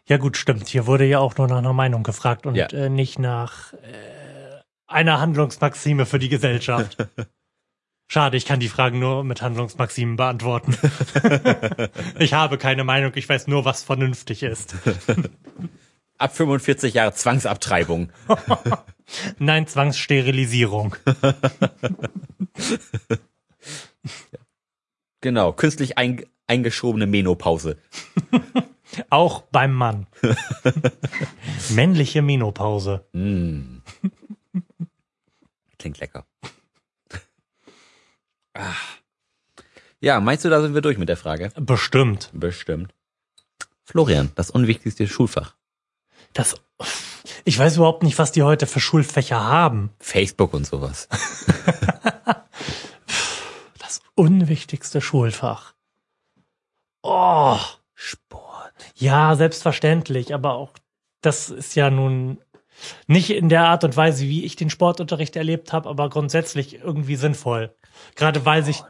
Speaker 1: Ja gut, stimmt. Hier wurde ja auch nur nach einer Meinung gefragt und
Speaker 2: Ja.
Speaker 1: äh, nicht nach äh, einer Handlungsmaxime für die Gesellschaft. Schade, ich kann die Fragen nur mit Handlungsmaximen beantworten. ich habe keine Meinung, ich weiß nur, was vernünftig ist.
Speaker 2: Ab 45 Jahre Zwangsabtreibung.
Speaker 1: Nein, Zwangssterilisierung.
Speaker 2: Genau, künstlich eing- eingeschobene Menopause.
Speaker 1: Auch beim Mann. Männliche Menopause.
Speaker 2: Mm. Klingt lecker. Ah. Ja, meinst du, da sind wir durch mit der Frage?
Speaker 1: Bestimmt.
Speaker 2: Bestimmt. Florian, das unwichtigste Schulfach.
Speaker 1: Das. Ich weiß überhaupt nicht, was die heute für Schulfächer haben.
Speaker 2: Facebook und sowas.
Speaker 1: Das unwichtigste Schulfach. Oh.
Speaker 2: Sport.
Speaker 1: Ja, selbstverständlich, aber auch das ist ja nun nicht in der Art und Weise, wie ich den Sportunterricht erlebt habe, aber grundsätzlich irgendwie sinnvoll. Gerade weil sich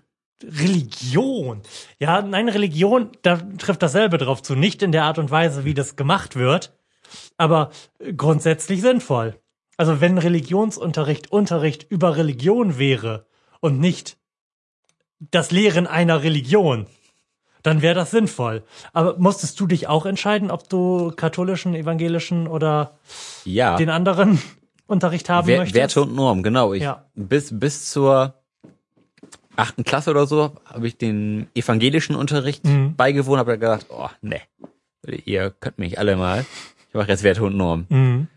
Speaker 1: Religion, ja, nein, Religion, da trifft dasselbe drauf zu. Nicht in der Art und Weise, wie das gemacht wird, aber grundsätzlich sinnvoll. Also wenn Religionsunterricht Unterricht über Religion wäre und nicht das Lehren einer Religion, dann wäre das sinnvoll. Aber musstest du dich auch entscheiden, ob du katholischen, evangelischen oder
Speaker 2: Ja.
Speaker 1: den anderen Unterricht haben
Speaker 2: Wer,
Speaker 1: möchtest?
Speaker 2: Werte und Norm, genau. Ich,
Speaker 1: Ja.
Speaker 2: bis, bis zur achten Klasse oder so habe ich den evangelischen Unterricht
Speaker 1: Mhm.
Speaker 2: beigewohnt, habe gedacht, oh, nee, ihr könnt mich alle mal. Ich mache jetzt Werte und Norm.
Speaker 1: Mhm.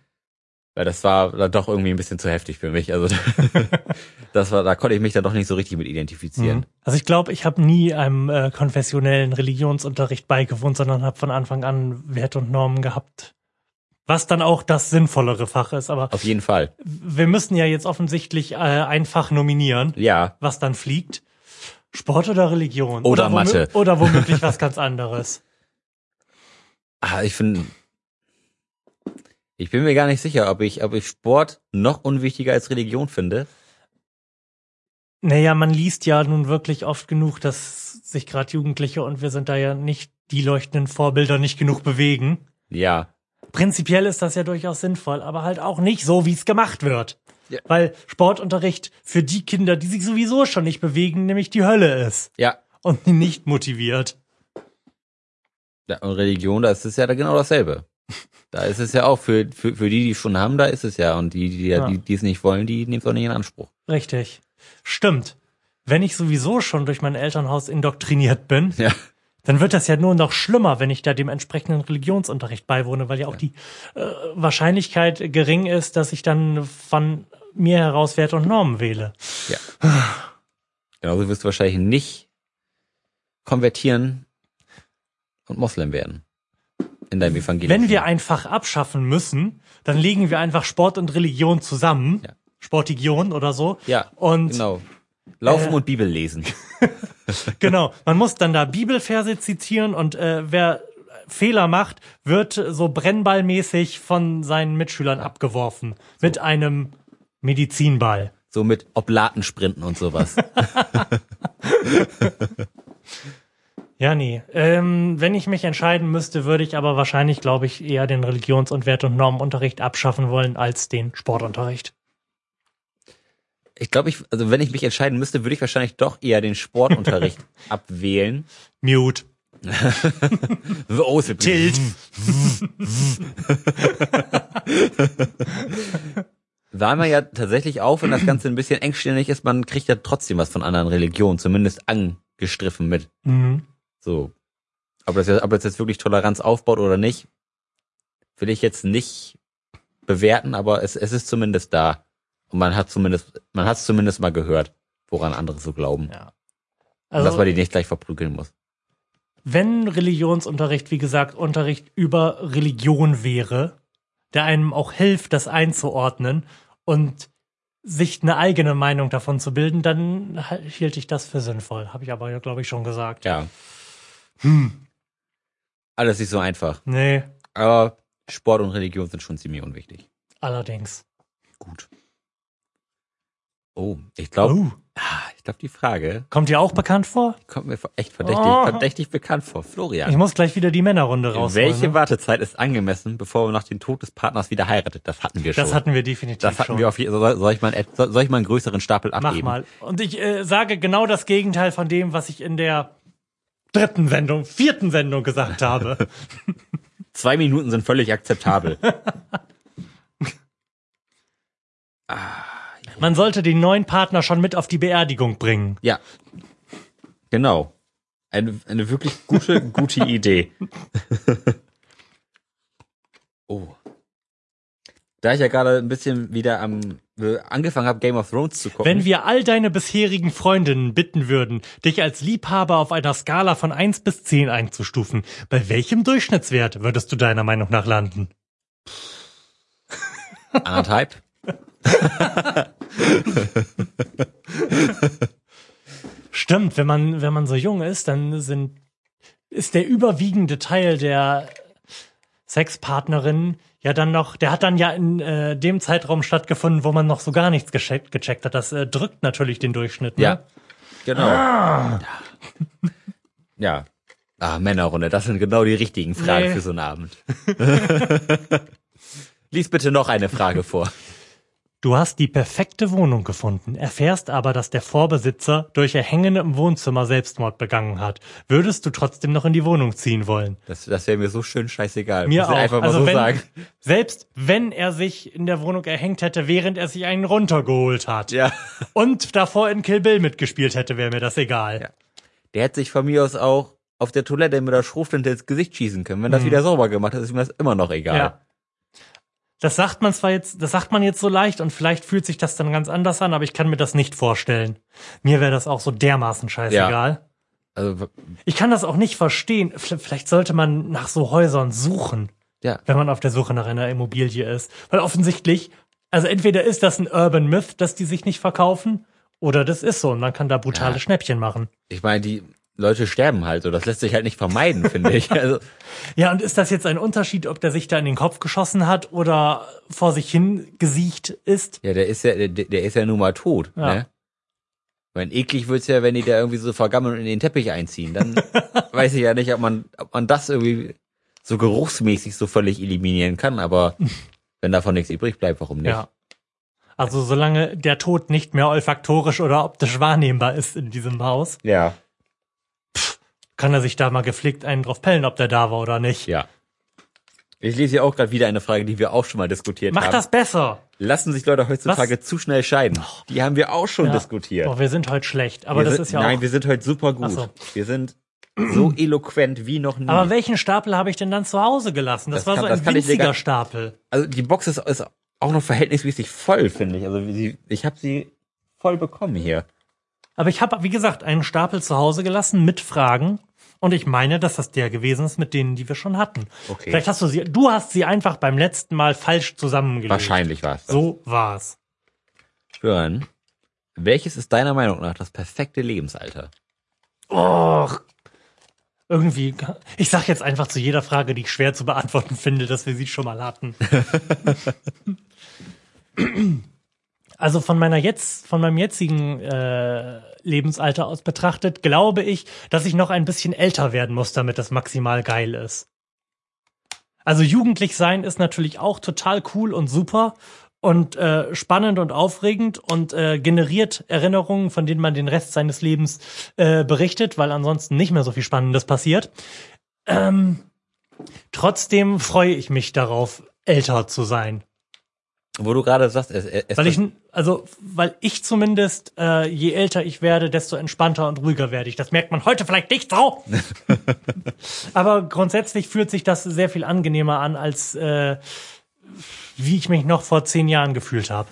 Speaker 2: Weil das war dann doch irgendwie ein bisschen zu heftig für mich. Also das war, da konnte ich mich dann doch nicht so richtig mit identifizieren.
Speaker 1: Mhm. Also ich glaube, ich habe nie einem äh, konfessionellen Religionsunterricht beigewohnt, sondern habe von Anfang an Werte und Normen gehabt. Was dann auch das sinnvollere Fach ist. Aber
Speaker 2: Auf jeden Fall.
Speaker 1: wir müssen ja jetzt offensichtlich äh, einfach nominieren,
Speaker 2: Ja.
Speaker 1: was dann fliegt. Sport oder Religion?
Speaker 2: Oder
Speaker 1: womö-
Speaker 2: Mathe.
Speaker 1: Oder womöglich was ganz anderes.
Speaker 2: Ah, ich finde. Ich bin mir gar nicht sicher, ob ich, ob ich Sport noch unwichtiger als Religion finde.
Speaker 1: Naja, man liest ja nun wirklich oft genug, dass sich gerade Jugendliche und wir sind da ja nicht die leuchtenden Vorbilder nicht genug bewegen.
Speaker 2: Ja.
Speaker 1: Prinzipiell ist das ja durchaus sinnvoll, aber halt auch nicht so, wie es gemacht wird.
Speaker 2: Ja.
Speaker 1: Weil Sportunterricht für die Kinder, die sich sowieso schon nicht bewegen, nämlich die Hölle ist
Speaker 2: Ja.
Speaker 1: und die nicht motiviert.
Speaker 2: Ja, und Religion, da ist es ja da genau dasselbe. Da ist es ja auch für, für, für die, die es schon haben, da ist es ja. Und die, die,
Speaker 1: Ja.
Speaker 2: die, die es nicht wollen, die nehmen es auch nicht in Anspruch.
Speaker 1: Richtig. Stimmt. Wenn ich sowieso schon durch mein Elternhaus indoktriniert bin,
Speaker 2: Ja.
Speaker 1: dann wird das ja nur noch schlimmer, wenn ich da dem entsprechenden Religionsunterricht beiwohne, weil ja auch die äh, Wahrscheinlichkeit gering ist, dass ich dann von mir heraus Werte und Normen wähle.
Speaker 2: Genauso wirst du wahrscheinlich nicht konvertieren und Moslem werden. In deinem Evangelium.
Speaker 1: Wenn wir ein Fach abschaffen müssen, dann legen wir einfach Sport und Religion zusammen.
Speaker 2: Ja.
Speaker 1: Sportigion oder so.
Speaker 2: Ja,
Speaker 1: Und genau.
Speaker 2: genau. Laufen
Speaker 1: Äh.
Speaker 2: und Bibel lesen.
Speaker 1: genau, man muss dann da Bibelverse zitieren und äh, wer Fehler macht, wird so brennballmäßig von seinen Mitschülern abgeworfen. Mit einem Medizinball.
Speaker 2: So mit Oblaten sprinten und sowas.
Speaker 1: Ja, nee. Ähm, wenn ich mich entscheiden müsste, würde ich aber wahrscheinlich, glaube ich, eher den Religions- und Wert- und Normenunterricht abschaffen wollen als den Sportunterricht.
Speaker 2: Ich glaube, ich, also wenn ich mich entscheiden müsste, würde ich wahrscheinlich doch eher den Sportunterricht abwählen.
Speaker 1: Mute.
Speaker 2: Oh,
Speaker 1: Tilt.
Speaker 2: Weil man ja tatsächlich auch, wenn das Ganze ein bisschen engständig ist, man kriegt ja trotzdem was von anderen Religionen, zumindest angestriffen mit.
Speaker 1: Mhm.
Speaker 2: So. Ob das, jetzt, ob das jetzt wirklich Toleranz aufbaut oder nicht, will ich jetzt nicht bewerten, aber es, es ist zumindest da. Und man hat zumindest, man hat zumindest mal gehört, woran andere so glauben.
Speaker 1: Ja.
Speaker 2: und dass man
Speaker 1: Also,
Speaker 2: die nicht gleich verprügeln muss.
Speaker 1: wenn Religionsunterricht, wie gesagt, Unterricht über Religion wäre, der einem auch hilft, das einzuordnen und sich eine eigene Meinung davon zu bilden, dann hielt ich das für sinnvoll. Habe ich aber, glaube ich, schon gesagt.
Speaker 2: Ja. Hm. Alles nicht so einfach.
Speaker 1: Nee,
Speaker 2: Aber Sport und Religion sind schon ziemlich unwichtig.
Speaker 1: allerdings.
Speaker 2: Gut. Oh, ich glaube,
Speaker 1: Oh,
Speaker 2: ich glaube, die Frage
Speaker 1: kommt dir auch bekannt vor?
Speaker 2: kommt mir echt verdächtig,
Speaker 1: Oh.
Speaker 2: verdächtig bekannt vor. Florian.
Speaker 1: Ich muss gleich wieder die Männerrunde rausholen.
Speaker 2: Welche
Speaker 1: ne?
Speaker 2: Wartezeit ist angemessen, bevor man nach dem Tod des Partners wieder heiratet? Das hatten wir schon.
Speaker 1: Das hatten wir definitiv
Speaker 2: das hatten
Speaker 1: schon.
Speaker 2: wir auf jeden Fall. Soll ich mal, einen, soll soll ich mal einen größeren Stapel
Speaker 1: Mach
Speaker 2: abgeben?
Speaker 1: mal. Und ich äh, sage genau das Gegenteil von dem, was ich in der dritten Sendung, vierten Sendung gesagt habe.
Speaker 2: Zwei Minuten sind völlig akzeptabel.
Speaker 1: Man sollte den neuen Partner schon mit auf die Beerdigung bringen.
Speaker 2: ja. Genau. Eine, eine wirklich gute, gute Idee. oh. Da ich ja gerade ein bisschen wieder am äh, angefangen habe, Game of Thrones zu gucken.
Speaker 1: Wenn wir all deine bisherigen Freundinnen bitten würden, dich als Liebhaber auf einer Skala von 1 bis 10 einzustufen, bei welchem Durchschnittswert würdest du deiner Meinung nach landen?
Speaker 2: Anderthalb.
Speaker 1: Stimmt, wenn man, wenn man so jung ist, dann sind, ist der überwiegende Teil der Sexpartnerin ja dann noch, der hat dann ja in äh, dem Zeitraum stattgefunden, wo man noch so gar nichts gecheckt, gecheckt hat. Das äh, drückt natürlich den Durchschnitt. Ne?
Speaker 2: Ja. Genau.
Speaker 1: Ah.
Speaker 2: Ja. Ah, Männerrunde, das sind genau die richtigen Fragen
Speaker 1: Nee.
Speaker 2: für so einen Abend. Lies bitte noch eine Frage vor.
Speaker 1: Du hast die perfekte Wohnung gefunden, erfährst aber, dass der Vorbesitzer durch Erhängen im Wohnzimmer Selbstmord begangen hat. Würdest du trotzdem noch in die Wohnung ziehen wollen?
Speaker 2: Das, das wäre mir so schön scheißegal.
Speaker 1: Mir
Speaker 2: Muss
Speaker 1: auch.
Speaker 2: ich einfach mal
Speaker 1: also
Speaker 2: so
Speaker 1: wenn,
Speaker 2: sagen.
Speaker 1: selbst wenn er sich in der Wohnung erhängt hätte, während er sich einen runtergeholt hat.
Speaker 2: Ja.
Speaker 1: und davor in Kill Bill mitgespielt hätte, wäre mir das egal.
Speaker 2: Ja. Der hätte sich von mir aus auch auf der Toilette mit der Schrotflinte ins Gesicht schießen können. Wenn das wieder sauber gemacht ist, ist mir das immer noch egal.
Speaker 1: Mhm. Ja. Das sagt man zwar jetzt, das sagt man jetzt so leicht und vielleicht fühlt sich das dann ganz anders an, aber ich kann mir das nicht vorstellen. Mir wäre das auch so dermaßen scheißegal.
Speaker 2: Also, w-
Speaker 1: Ich kann das auch nicht verstehen. V- Vielleicht sollte man nach so Häusern suchen,
Speaker 2: ja.
Speaker 1: wenn man auf der Suche nach einer Immobilie ist. Weil offensichtlich, also entweder ist das ein Urban Myth, dass die sich nicht verkaufen, oder das ist so und man kann da brutale
Speaker 2: Ja.
Speaker 1: Schnäppchen machen.
Speaker 2: Ich meine, die Leute sterben halt so. Das lässt sich halt nicht vermeiden, finde ich. Also,
Speaker 1: Ja, und ist das jetzt ein Unterschied, ob der sich da in den Kopf geschossen hat oder vor sich hin gesiecht ist?
Speaker 2: Ja, der ist ja, der, der ist ja nun mal tot,
Speaker 1: Ja.
Speaker 2: ne? Wenn eklig wird's ja, wenn die da irgendwie so vergammeln und in den Teppich einziehen, dann weiß ich ja nicht, ob man, ob man das irgendwie so geruchsmäßig so völlig eliminieren kann, aber wenn davon nichts übrig bleibt, warum nicht?
Speaker 1: Ja. Also solange der Tod nicht mehr olfaktorisch oder optisch wahrnehmbar ist in diesem Haus,
Speaker 2: Ja.
Speaker 1: kann er sich da mal gepflegt einen drauf pellen, ob der da war oder nicht.
Speaker 2: ja. Ich lese hier auch gerade wieder eine Frage, die wir auch schon mal diskutiert
Speaker 1: Mach
Speaker 2: haben.
Speaker 1: das besser.
Speaker 2: Lassen sich Leute heutzutage zu schnell scheiden? Die haben wir auch schon
Speaker 1: Ja.
Speaker 2: diskutiert.
Speaker 1: Boah, wir sind heute schlecht, aber
Speaker 2: wir
Speaker 1: das
Speaker 2: sind,
Speaker 1: ist ja
Speaker 2: nein,
Speaker 1: auch.
Speaker 2: wir sind heute super
Speaker 1: Ach
Speaker 2: gut.
Speaker 1: so.
Speaker 2: Wir sind so eloquent wie noch nie.
Speaker 1: Aber welchen Stapel habe ich denn dann zu Hause gelassen? Das,
Speaker 2: Das
Speaker 1: war
Speaker 2: kann-
Speaker 1: so
Speaker 2: das
Speaker 1: ein
Speaker 2: kann ich dir
Speaker 1: winziger
Speaker 2: gar-
Speaker 1: Stapel.
Speaker 2: also die Box ist, ist auch noch verhältnismäßig voll, finde ich. Also sie, ich habe sie voll bekommen hier.
Speaker 1: Aber ich habe, wie gesagt, einen Stapel zu Hause gelassen mit Fragen. Und ich meine, dass das der gewesen ist mit denen, die wir schon hatten.
Speaker 2: Okay.
Speaker 1: Vielleicht hast du sie, du hast sie einfach beim letzten Mal falsch zusammengelegt.
Speaker 2: Wahrscheinlich war es das.
Speaker 1: So war's.
Speaker 2: Björn, welches ist deiner Meinung nach das perfekte Lebensalter?
Speaker 1: Och. Irgendwie, ich sag jetzt einfach zu jeder Frage, die ich schwer zu beantworten finde, dass wir sie schon mal hatten. Also von meiner jetzt, von meinem jetzigen äh, Lebensalter aus betrachtet, glaube ich, dass ich noch ein bisschen älter werden muss, damit das maximal geil ist. Also jugendlich sein ist natürlich auch total cool und super und äh, spannend und aufregend und äh, generiert Erinnerungen, von denen man den Rest seines Lebens äh, berichtet, weil ansonsten nicht mehr so viel Spannendes passiert. Ähm, trotzdem freue ich mich darauf, älter zu sein.
Speaker 2: Wo du gerade sagst, es, es
Speaker 1: Weil ich, also, weil ich zumindest, äh, je älter ich werde, desto entspannter und ruhiger werde ich. Das merkt man heute vielleicht nicht so. Aber grundsätzlich fühlt sich das sehr viel angenehmer an, als äh, wie ich mich noch vor zehn Jahren gefühlt habe.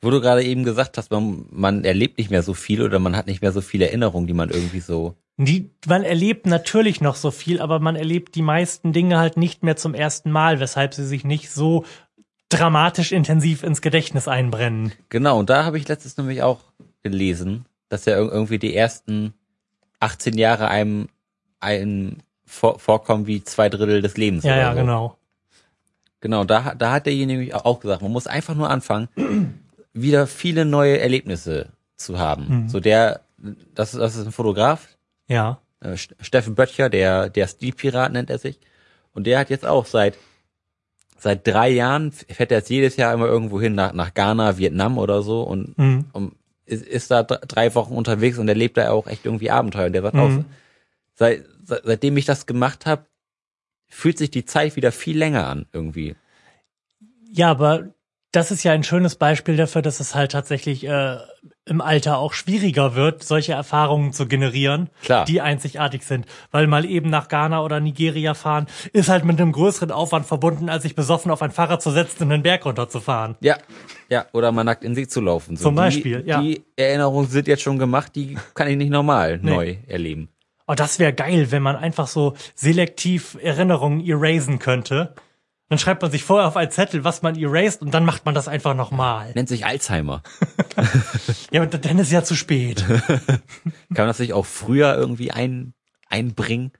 Speaker 2: wo du gerade eben gesagt hast, man, man erlebt nicht mehr so viel oder man hat nicht mehr so viele Erinnerungen, die man irgendwie so.
Speaker 1: Die, man erlebt natürlich noch so viel, aber man erlebt die meisten Dinge halt nicht mehr zum ersten Mal, weshalb sie sich nicht so dramatisch intensiv ins Gedächtnis einbrennen.
Speaker 2: Genau, und da habe ich letztens nämlich auch gelesen, dass ja irg- irgendwie die ersten 18 Jahre einem, einem vor, vorkommen wie zwei Drittel des Lebens.
Speaker 1: Ja,
Speaker 2: oder
Speaker 1: ja,
Speaker 2: so.
Speaker 1: genau.
Speaker 2: Genau, da, da hat derjenige nämlich auch gesagt, man muss einfach nur anfangen, wieder viele neue Erlebnisse zu
Speaker 1: Mhm.
Speaker 2: haben. So der, das, das ist ein Fotograf,
Speaker 1: Ja.
Speaker 2: äh, St- Steffen Böttcher, der, der Stilpirat nennt er sich. Und der hat jetzt auch seit, seit drei Jahren fährt er jetzt jedes Jahr immer irgendwo hin, nach, nach Ghana, Vietnam oder so und,
Speaker 1: Mhm.
Speaker 2: und ist, ist da dr- drei Wochen unterwegs und erlebt da auch echt irgendwie Abenteuer. Und der sagt
Speaker 1: Hm.
Speaker 2: auch, seit, seit, seitdem ich das gemacht habe, fühlt sich die Zeit wieder viel länger an irgendwie.
Speaker 1: Ja, aber das ist ja ein schönes Beispiel dafür, dass es halt tatsächlich äh, im Alter auch schwieriger wird, solche Erfahrungen zu generieren,
Speaker 2: Klar.
Speaker 1: die einzigartig sind. Weil mal eben nach Ghana oder Nigeria fahren, ist halt mit einem größeren Aufwand verbunden, als sich besoffen auf ein Fahrrad zu setzen und einen Berg runterzufahren.
Speaker 2: Ja, ja, oder mal nackt in den See zu laufen. So,
Speaker 1: Zum Beispiel,
Speaker 2: die,
Speaker 1: ja.
Speaker 2: Die Erinnerungen sind jetzt schon gemacht, die kann ich nicht normal neu erleben.
Speaker 1: Oh, das wäre geil, wenn man einfach so selektiv Erinnerungen erasen könnte. Dann schreibt man sich vorher auf einen Zettel, was man erased, und dann macht man das einfach nochmal.
Speaker 2: Nennt sich Alzheimer.
Speaker 1: Ja, aber dann ist ja zu spät.
Speaker 2: Kann man das nicht auch früher irgendwie ein, einbringen?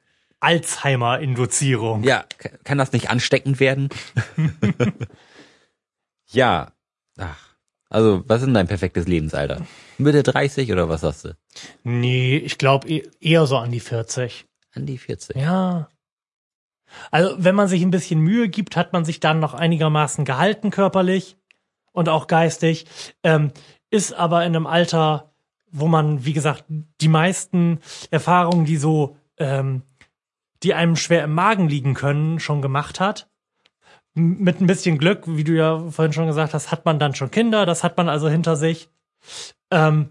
Speaker 1: Alzheimer-Induzierung.
Speaker 2: Ja, k- kann das nicht ansteckend werden? ja. Ach. Also, was ist denn dein perfektes Lebensalter? Mitte 30 oder was sagst du?
Speaker 1: Nee, ich glaube eher so an die 40.
Speaker 2: An die 40.
Speaker 1: Ja. Also, wenn man sich ein bisschen Mühe gibt, hat man sich dann noch einigermaßen gehalten körperlich und auch geistig, ähm, ist aber in einem Alter, wo man, wie gesagt, die meisten Erfahrungen, die so, ähm, die einem schwer im Magen liegen können, schon gemacht hat. M- Mit ein bisschen Glück, wie du ja vorhin schon gesagt hast, hat man dann schon Kinder, das hat man also hinter sich. Ähm,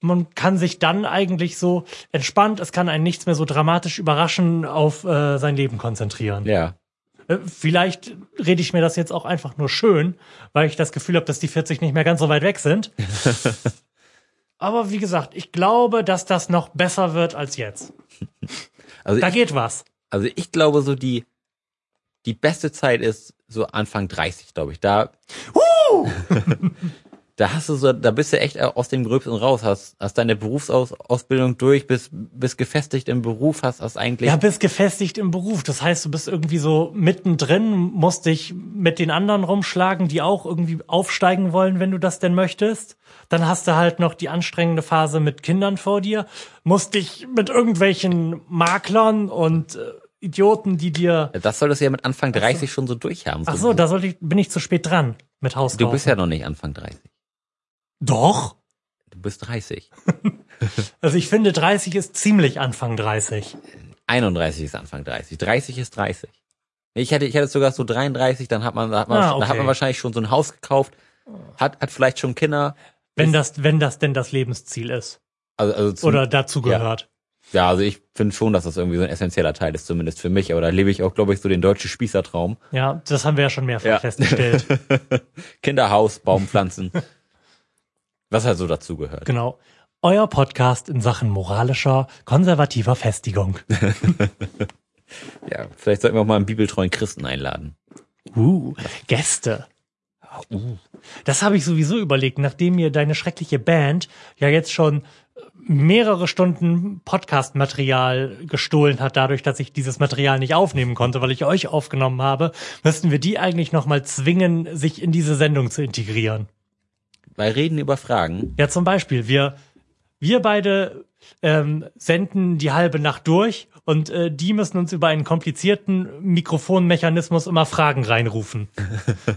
Speaker 1: man kann sich dann eigentlich so entspannt, es kann einen nichts mehr so dramatisch überraschen, auf äh, sein Leben konzentrieren.
Speaker 2: Ja.
Speaker 1: Äh, vielleicht rede ich mir das jetzt auch einfach nur schön, weil ich das Gefühl habe, dass die 40 nicht mehr ganz so weit weg sind. Aber wie gesagt, ich glaube, dass das noch besser wird als jetzt.
Speaker 2: Also,
Speaker 1: Da
Speaker 2: ich,
Speaker 1: geht was.
Speaker 2: also ich glaube so die, die beste Zeit ist so Anfang 30, glaube ich. Da, da hast du so, da bist du echt aus dem Gröbsten raus, hast, hast deine Berufsausbildung durch, bist, bist gefestigt im Beruf, hast, hast eigentlich
Speaker 1: Ja, bist gefestigt im Beruf. Das heißt, du bist irgendwie so mittendrin, musst dich mit den anderen rumschlagen, die auch irgendwie aufsteigen wollen, wenn du das denn möchtest. Dann hast du halt noch die anstrengende Phase mit Kindern vor dir, musst dich mit irgendwelchen Maklern und äh, Idioten, die dir.
Speaker 2: Das solltest du ja mit Anfang 30 schon so durchhaben.
Speaker 1: Ach so, da sollte ich, bin ich zu spät dran mit Hauskauf.
Speaker 2: du bist ja noch nicht Anfang 30.
Speaker 1: Doch.
Speaker 2: Du bist 30.
Speaker 1: Also ich finde, 30 ist ziemlich Anfang 30.
Speaker 2: 31 ist Anfang 30. 30 ist 30. Ich hätte, ich hätte sogar so 33, dann hat man, dann hat man,
Speaker 1: Ah,
Speaker 2: dann hat
Speaker 1: okay. Oh.
Speaker 2: man wahrscheinlich schon so ein Haus gekauft, hat, hat vielleicht schon Kinder.
Speaker 1: Wenn das, wenn das denn das Lebensziel ist.
Speaker 2: Also, also zum,
Speaker 1: Oder dazu gehört.
Speaker 2: ja, also ich finde schon, dass das irgendwie so ein essentieller Teil ist, zumindest für mich. Aber da lebe ich auch, glaube ich, so den deutschen Spießertraum.
Speaker 1: Ja, das haben wir ja schon mehrfach
Speaker 2: Ja.
Speaker 1: festgestellt.
Speaker 2: Kinderhaus, Baumpflanzen. was halt so dazugehört.
Speaker 1: Genau. Euer Podcast in Sachen moralischer, konservativer Festigung.
Speaker 2: Ja, vielleicht sollten wir auch mal einen bibeltreuen Christen einladen.
Speaker 1: Uh, Gäste.
Speaker 2: Uh.
Speaker 1: Das habe ich sowieso überlegt, nachdem mir deine schreckliche Band ja jetzt schon äh, mehrere Stunden Podcast-Material gestohlen hat, dadurch, dass ich dieses Material nicht aufnehmen konnte, weil ich euch aufgenommen habe, müssten wir die eigentlich nochmal zwingen, sich in diese Sendung zu integrieren.
Speaker 2: Bei Reden über Fragen.
Speaker 1: Ja, zum Beispiel, wir, wir beide ähm, senden die halbe Nacht durch und äh, die müssen uns über einen komplizierten Mikrofonmechanismus immer Fragen reinrufen.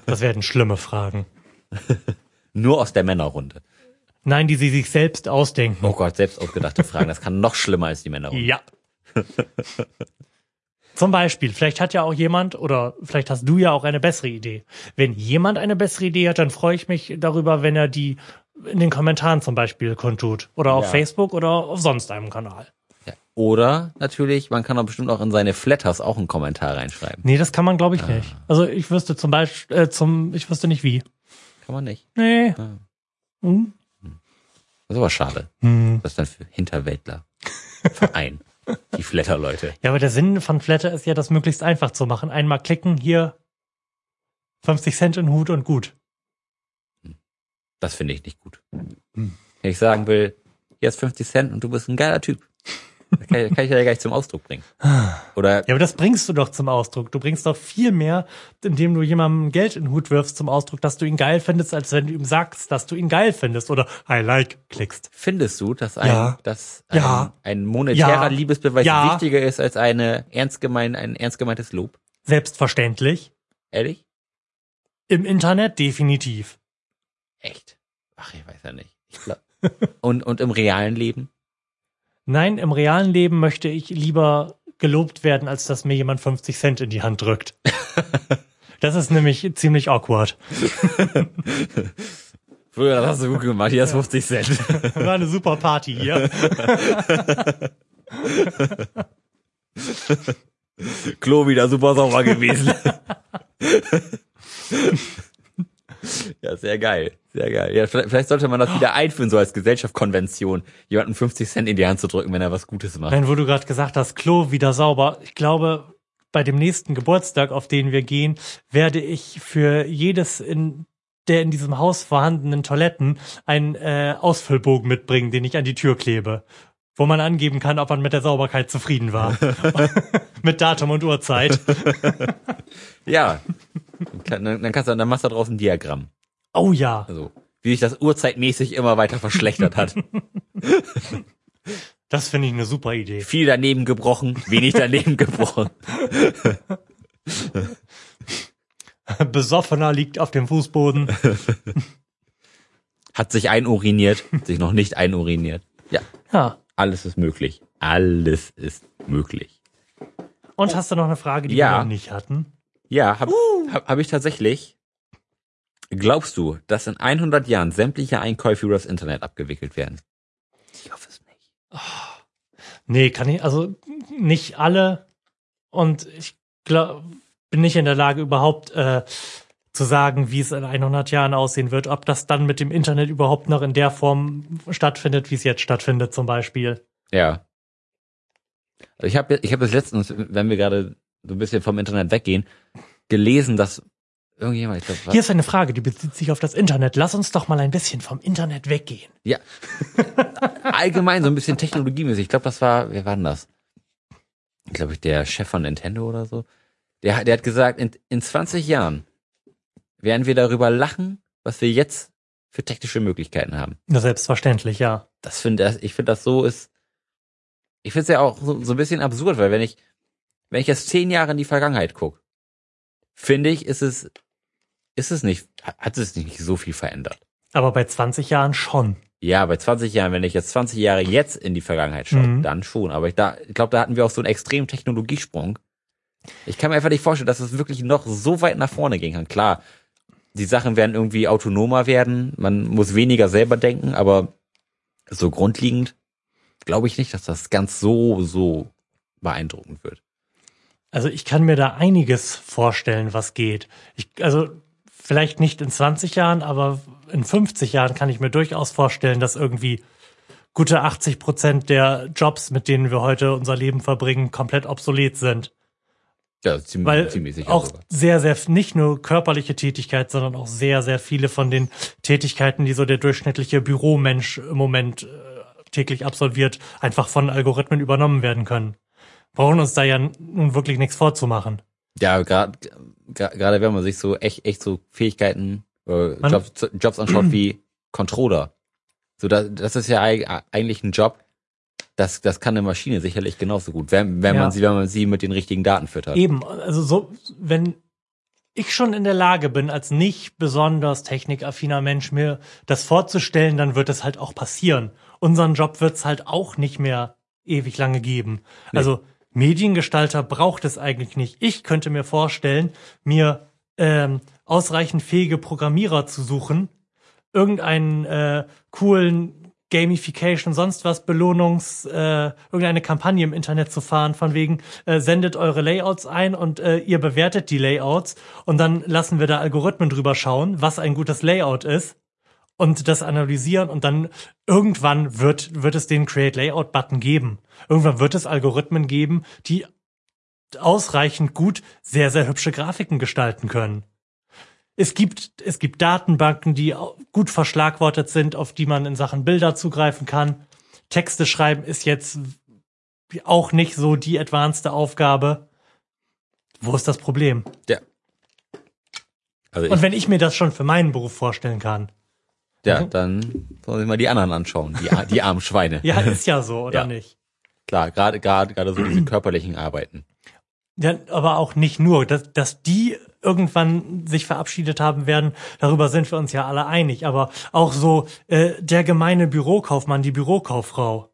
Speaker 1: Das werden schlimme Fragen.
Speaker 2: Nur aus der Männerrunde.
Speaker 1: Nein, die sie sich selbst ausdenken.
Speaker 2: Oh Gott, selbst ausgedachte Fragen. Das kann noch schlimmer als die Männerrunde.
Speaker 1: Ja. Zum Beispiel, vielleicht hat ja auch jemand oder vielleicht hast du ja auch eine bessere Idee. Wenn jemand eine bessere Idee hat, dann freue ich mich darüber, wenn er die in den Kommentaren zum Beispiel kundtut. Oder auf
Speaker 2: Ja.
Speaker 1: Facebook oder auf sonst einem Kanal.
Speaker 2: Ja. Oder natürlich, man kann doch bestimmt auch in seine Flatters auch einen Kommentar reinschreiben.
Speaker 1: Nee, das kann man, glaube ich, nicht. Also ich wüsste zum Beispiel, äh, zum, ich wüsste nicht wie.
Speaker 2: Kann man nicht. Ah.
Speaker 1: Nee. Hm.
Speaker 2: Das ist aber schade. Das ist dann für Hinterwäldler. Verein. Die Flatterleute.
Speaker 1: Ja, aber der Sinn von Flatter ist ja, das möglichst einfach zu machen. Einmal klicken, hier 50 Cent in den Hut und gut.
Speaker 2: Das finde ich nicht gut. Wenn ich sagen will, hier ist 50 Cent und du bist ein geiler Typ. Das kann, ich- kann ich ja gleich zum Ausdruck bringen. Oder
Speaker 1: Ja, aber das bringst du doch zum Ausdruck. Du bringst doch viel mehr, indem du jemandem Geld in den Hut wirfst, zum Ausdruck, dass du ihn geil findest, als wenn du ihm sagst, dass du ihn geil findest oder I like klickst.
Speaker 2: findest du, dass ein,
Speaker 1: Ja.
Speaker 2: dass ein,
Speaker 1: Ja.
Speaker 2: ein monetärer
Speaker 1: Ja.
Speaker 2: Liebesbeweis
Speaker 1: Ja.
Speaker 2: wichtiger ist als eine ernst gemein, ein ernst gemeintes Lob?
Speaker 1: Selbstverständlich.
Speaker 2: Ehrlich?
Speaker 1: Im Internet definitiv.
Speaker 2: Echt? Ach, ich weiß ja nicht. Ich glaub. und, und im realen Leben?
Speaker 1: Nein, im realen Leben möchte ich lieber gelobt werden, als dass mir jemand 50 Cent in die Hand drückt. Das ist nämlich ziemlich awkward.
Speaker 2: Früher, das hast du gut gemacht. Hier ist 50 Cent.
Speaker 1: War eine super Party hier.
Speaker 2: Klo wieder super sauber gewesen. ja, sehr geil. Sehr geil. Ja, vielleicht, vielleicht sollte man das wieder einführen, so als Gesellschaftskonvention, jemanden 50 Cent in die Hand zu drücken, wenn er was Gutes macht.
Speaker 1: Nein, wo du gerade gesagt hast, Klo wieder sauber. Ich glaube, bei dem nächsten Geburtstag, auf den wir gehen, werde ich für jedes in der in diesem Haus vorhandenen Toiletten einen äh, Ausfüllbogen mitbringen, den ich an die Tür klebe, wo man angeben kann, ob man mit der Sauberkeit zufrieden war. mit Datum und Uhrzeit.
Speaker 2: Ja. Dann kann- Dann, dann kannst du, dann machst du daraus ein Diagramm.
Speaker 1: Oh ja,
Speaker 2: Also, wie sich das urzeitmäßig immer weiter verschlechtert hat.
Speaker 1: das finde ich eine super Idee.
Speaker 2: Viel daneben gebrochen, wenig daneben gebrochen.
Speaker 1: Besoffener liegt auf dem Fußboden.
Speaker 2: Hat sich einuriniert, sich noch nicht einuriniert. Ja,
Speaker 1: Ja.
Speaker 2: alles ist möglich. Alles ist möglich.
Speaker 1: Und hast du noch eine Frage, die wir
Speaker 2: Ja.
Speaker 1: noch nicht hatten?
Speaker 2: Ja, habe hab, hab ich tatsächlich. Glaubst du, dass in 100 Jahren sämtliche Einkäufe über das Internet abgewickelt werden? Ich hoffe es nicht.
Speaker 1: Nee, kann ich, also nicht alle. Und ich glaub, bin nicht in der Lage, überhaupt äh, zu sagen, wie es in 100 Jahren aussehen wird, ob das dann mit dem Internet überhaupt noch in der Form stattfindet, wie es jetzt stattfindet, zum Beispiel.
Speaker 2: Ja. Also ich habe ich hab das letztens, wenn wir gerade so ein bisschen vom Internet weggehen, gelesen, dass irgendjemand, ich glaub, was-
Speaker 1: Hier ist eine Frage, die bezieht sich auf das Internet. Lass uns doch mal ein bisschen vom Internet weggehen.
Speaker 2: Ja. Allgemein so ein bisschen technologiemäßig. Ich glaube, das war, wer war denn das? Ich glaube, ich der Chef von Nintendo oder so. Der, hat- der hat gesagt, in, in 20 Jahren werden wir darüber lachen, was wir jetzt für technische Möglichkeiten haben.
Speaker 1: Na, selbstverständlich, ja.
Speaker 2: Das finde ich finde das so ist ich finde es ja auch so, so ein bisschen absurd, weil wenn ich wenn ich jetzt zehn Jahre in die Vergangenheit gucke, finde ich ist es ist es nicht hat es nicht so viel verändert.
Speaker 1: Aber bei 20 Jahren schon.
Speaker 2: Ja, bei 20 Jahren, wenn ich jetzt 20 Jahre jetzt in die Vergangenheit schaue,
Speaker 1: Mhm.
Speaker 2: dann schon. Aber ich, da, ich glaube, da hatten wir auch so einen extremen Technologiesprung. Ich kann mir einfach nicht vorstellen, dass es wirklich noch so weit nach vorne gehen kann. Klar, die Sachen werden irgendwie autonomer werden, man muss weniger selber denken, aber so grundlegend glaube ich nicht, dass das ganz so, so beeindruckend wird.
Speaker 1: Also ich kann mir da einiges vorstellen, was geht. Ich, also vielleicht nicht in 20 Jahren, aber in 50 Jahren kann ich mir durchaus vorstellen, dass irgendwie gute 80 Prozent der Jobs, mit denen wir heute unser Leben verbringen, komplett obsolet sind.
Speaker 2: Ja, ziemlich,
Speaker 1: Weil
Speaker 2: ziemlich sicher
Speaker 1: auch
Speaker 2: sogar.
Speaker 1: sehr, sehr, nicht nur körperliche Tätigkeit, sondern auch sehr, sehr viele von den Tätigkeiten, die so der durchschnittliche Büromensch im Moment äh, täglich absolviert, einfach von Algorithmen übernommen werden können. Brauchen uns da ja nun wirklich nichts vorzumachen.
Speaker 2: Ja, gerade gerade wenn man sich so echt echt so Fähigkeiten äh,
Speaker 1: Man-
Speaker 2: Jobs, Jobs anschaut wie Controller. So, da, das ist ja eig- eigentlich ein Job, das, das kann eine Maschine sicherlich genauso gut, wenn, wenn
Speaker 1: Ja.
Speaker 2: man sie, wenn man sie mit den richtigen Daten füttert.
Speaker 1: Eben, also so, wenn ich schon in der Lage bin, als nicht besonders technikaffiner Mensch mir das vorzustellen, dann wird es halt auch passieren. Unseren Job wird es halt auch nicht mehr ewig lange geben. Also Mediengestalter braucht es eigentlich nicht. Ich könnte mir vorstellen, mir ähm, ausreichend fähige Programmierer zu suchen, irgendeinen äh, coolen Gamification, sonst was, Belohnungs, äh, irgendeine Kampagne im Internet zu fahren, von wegen, äh, sendet eure Layouts ein und äh, ihr bewertet die Layouts und dann lassen wir da Algorithmen drüber schauen, was ein gutes Layout ist und das analysieren und dann irgendwann wird, wird es den Create Layout Button geben. Irgendwann wird es Algorithmen geben, die ausreichend gut sehr, sehr hübsche Grafiken gestalten können. Es gibt, es gibt Datenbanken, die au- gut verschlagwortet sind, auf die man in Sachen Bilder zugreifen kann. Texte schreiben ist jetzt auch nicht so die advanced Aufgabe. Wo ist das Problem?
Speaker 2: Ja. Also
Speaker 1: Und
Speaker 2: ich,
Speaker 1: wenn ich mir das schon für meinen Beruf vorstellen kann.
Speaker 2: ja,
Speaker 1: Also-
Speaker 2: dann sollen sich mal die anderen anschauen, die, a- die armen Schweine.
Speaker 1: Ja, ist ja so, oder
Speaker 2: Ja.
Speaker 1: nicht?
Speaker 2: Klar, gerade gerade gerade so diese körperlichen Arbeiten.
Speaker 1: Ja, aber auch nicht nur, dass, dass die irgendwann sich verabschiedet haben werden, darüber sind wir uns ja alle einig, aber auch so äh, der gemeine Bürokaufmann, die Bürokauffrau.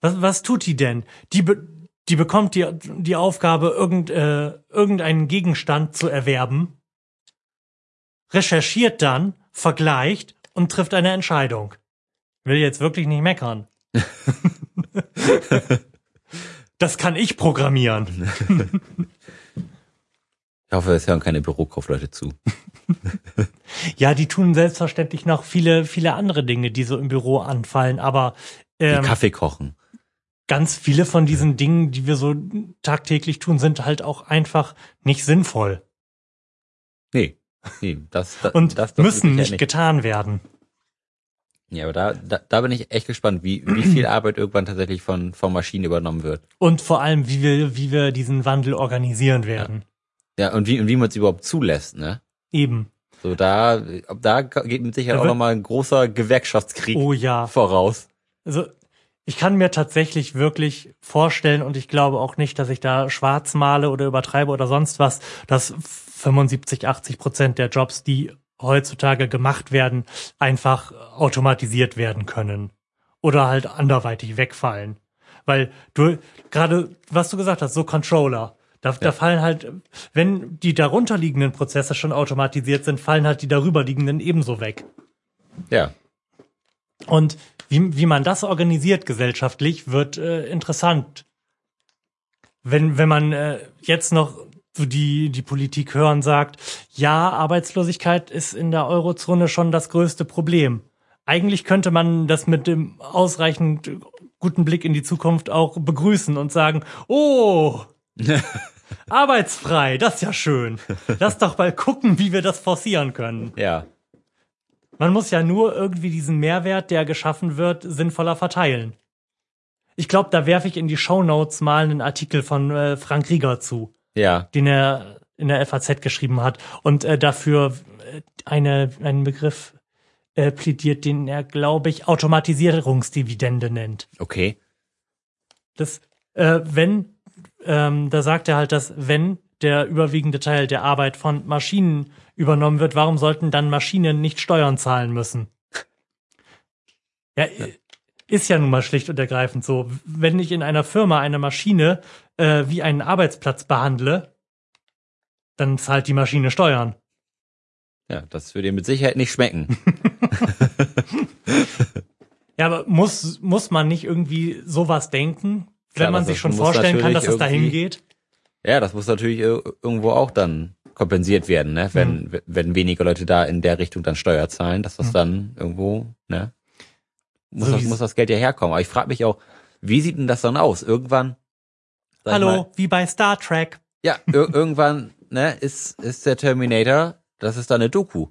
Speaker 1: Was, was tut die denn? Die, be die bekommt die, die Aufgabe, irgend, äh, irgendeinen Gegenstand zu erwerben, recherchiert dann, vergleicht und trifft eine Entscheidung. Will jetzt wirklich nicht meckern. Das kann ich programmieren.
Speaker 2: Ich hoffe, es hören keine Bürokaufleute zu.
Speaker 1: Ja, die tun selbstverständlich noch viele, viele andere Dinge, die so im Büro anfallen, aber
Speaker 2: Die
Speaker 1: ähm,
Speaker 2: Kaffee kochen.
Speaker 1: ganz viele von diesen Dingen, die wir so tagtäglich tun, sind halt auch einfach nicht sinnvoll
Speaker 2: Nee. Nee, das, das
Speaker 1: und
Speaker 2: das, das
Speaker 1: müssen
Speaker 2: sicher
Speaker 1: nicht getan werden.
Speaker 2: Ja, aber da, da, da bin ich echt gespannt, wie, wie viel Arbeit irgendwann tatsächlich von, von Maschinen übernommen wird.
Speaker 1: Und vor allem, wie wir, wie wir diesen Wandel organisieren werden.
Speaker 2: Ja, und wie, und wie man es überhaupt zulässt, ne?
Speaker 1: Eben.
Speaker 2: So, da, ob da geht mit Sicherheit
Speaker 1: Da
Speaker 2: auch
Speaker 1: wird-
Speaker 2: nochmal ein großer Gewerkschaftskrieg
Speaker 1: Oh ja.
Speaker 2: voraus.
Speaker 1: Also ich kann mir tatsächlich wirklich vorstellen und ich glaube auch nicht, dass ich da schwarz male oder übertreibe oder sonst was, dass 75, 80 Prozent der Jobs, die heutzutage gemacht werden, einfach automatisiert werden können oder halt anderweitig wegfallen. Weil du gerade, was du gesagt hast, so Controller, da, da fallen halt, wenn die darunter liegenden Prozesse schon automatisiert sind, fallen halt die darüber liegenden ebenso weg.
Speaker 2: Ja.
Speaker 1: Und wie, wie man das organisiert gesellschaftlich, wird äh, interessant. Wenn, wenn man äh, jetzt noch so die, die Politik hören sagt, ja, Arbeitslosigkeit ist in der Eurozone schon das größte Problem. Eigentlich könnte man das mit dem ausreichend guten Blick in die Zukunft auch begrüßen und sagen, oh, arbeitsfrei, das ist ja schön. Lass doch mal gucken, wie wir das forcieren können.
Speaker 2: Ja.
Speaker 1: Man muss ja nur irgendwie diesen Mehrwert, der geschaffen wird, sinnvoller verteilen. Ich glaube, da werfe ich in die Shownotes mal einen Artikel von äh, Frank Rieger zu,
Speaker 2: Ja.
Speaker 1: den er in der FAZ geschrieben hat und äh, dafür äh, eine, einen Begriff äh, plädiert, den er, glaube ich, Automatisierungsdividende nennt.
Speaker 2: Okay.
Speaker 1: Das, äh, wenn, ähm, da sagt er halt, dass wenn der überwiegende Teil der Arbeit von Maschinen übernommen wird, warum sollten dann Maschinen nicht Steuern zahlen müssen? Ja, i- ist ja nun mal schlicht und ergreifend so. Wenn ich in einer Firma eine Maschine äh, wie einen Arbeitsplatz behandle, dann zahlt die Maschine Steuern.
Speaker 2: Ja, das würde dir mit Sicherheit nicht schmecken.
Speaker 1: Ja, aber muss, muss man nicht irgendwie sowas denken, wenn
Speaker 2: Klar,
Speaker 1: man
Speaker 2: das
Speaker 1: sich
Speaker 2: ist-
Speaker 1: schon
Speaker 2: muss
Speaker 1: vorstellen kann, dass
Speaker 2: natürlich
Speaker 1: es dahin
Speaker 2: irgendwie-
Speaker 1: geht?
Speaker 2: ja, das muss natürlich ir- irgendwo auch dann kompensiert werden, ne? Wenn,
Speaker 1: Mhm.
Speaker 2: wenn weniger Leute da in der Richtung dann Steuer zahlen, dass das dann irgendwo, ne? Muss,
Speaker 1: So
Speaker 2: das,
Speaker 1: wie-
Speaker 2: muss das Geld ja herkommen. Aber ich frage mich auch, wie sieht denn das dann aus? Irgendwann. sag ich mal,
Speaker 1: Hallo, wie bei Star Trek.
Speaker 2: Ja, ir irgendwann, ne, ist, ist der Terminator, das ist dann eine Doku.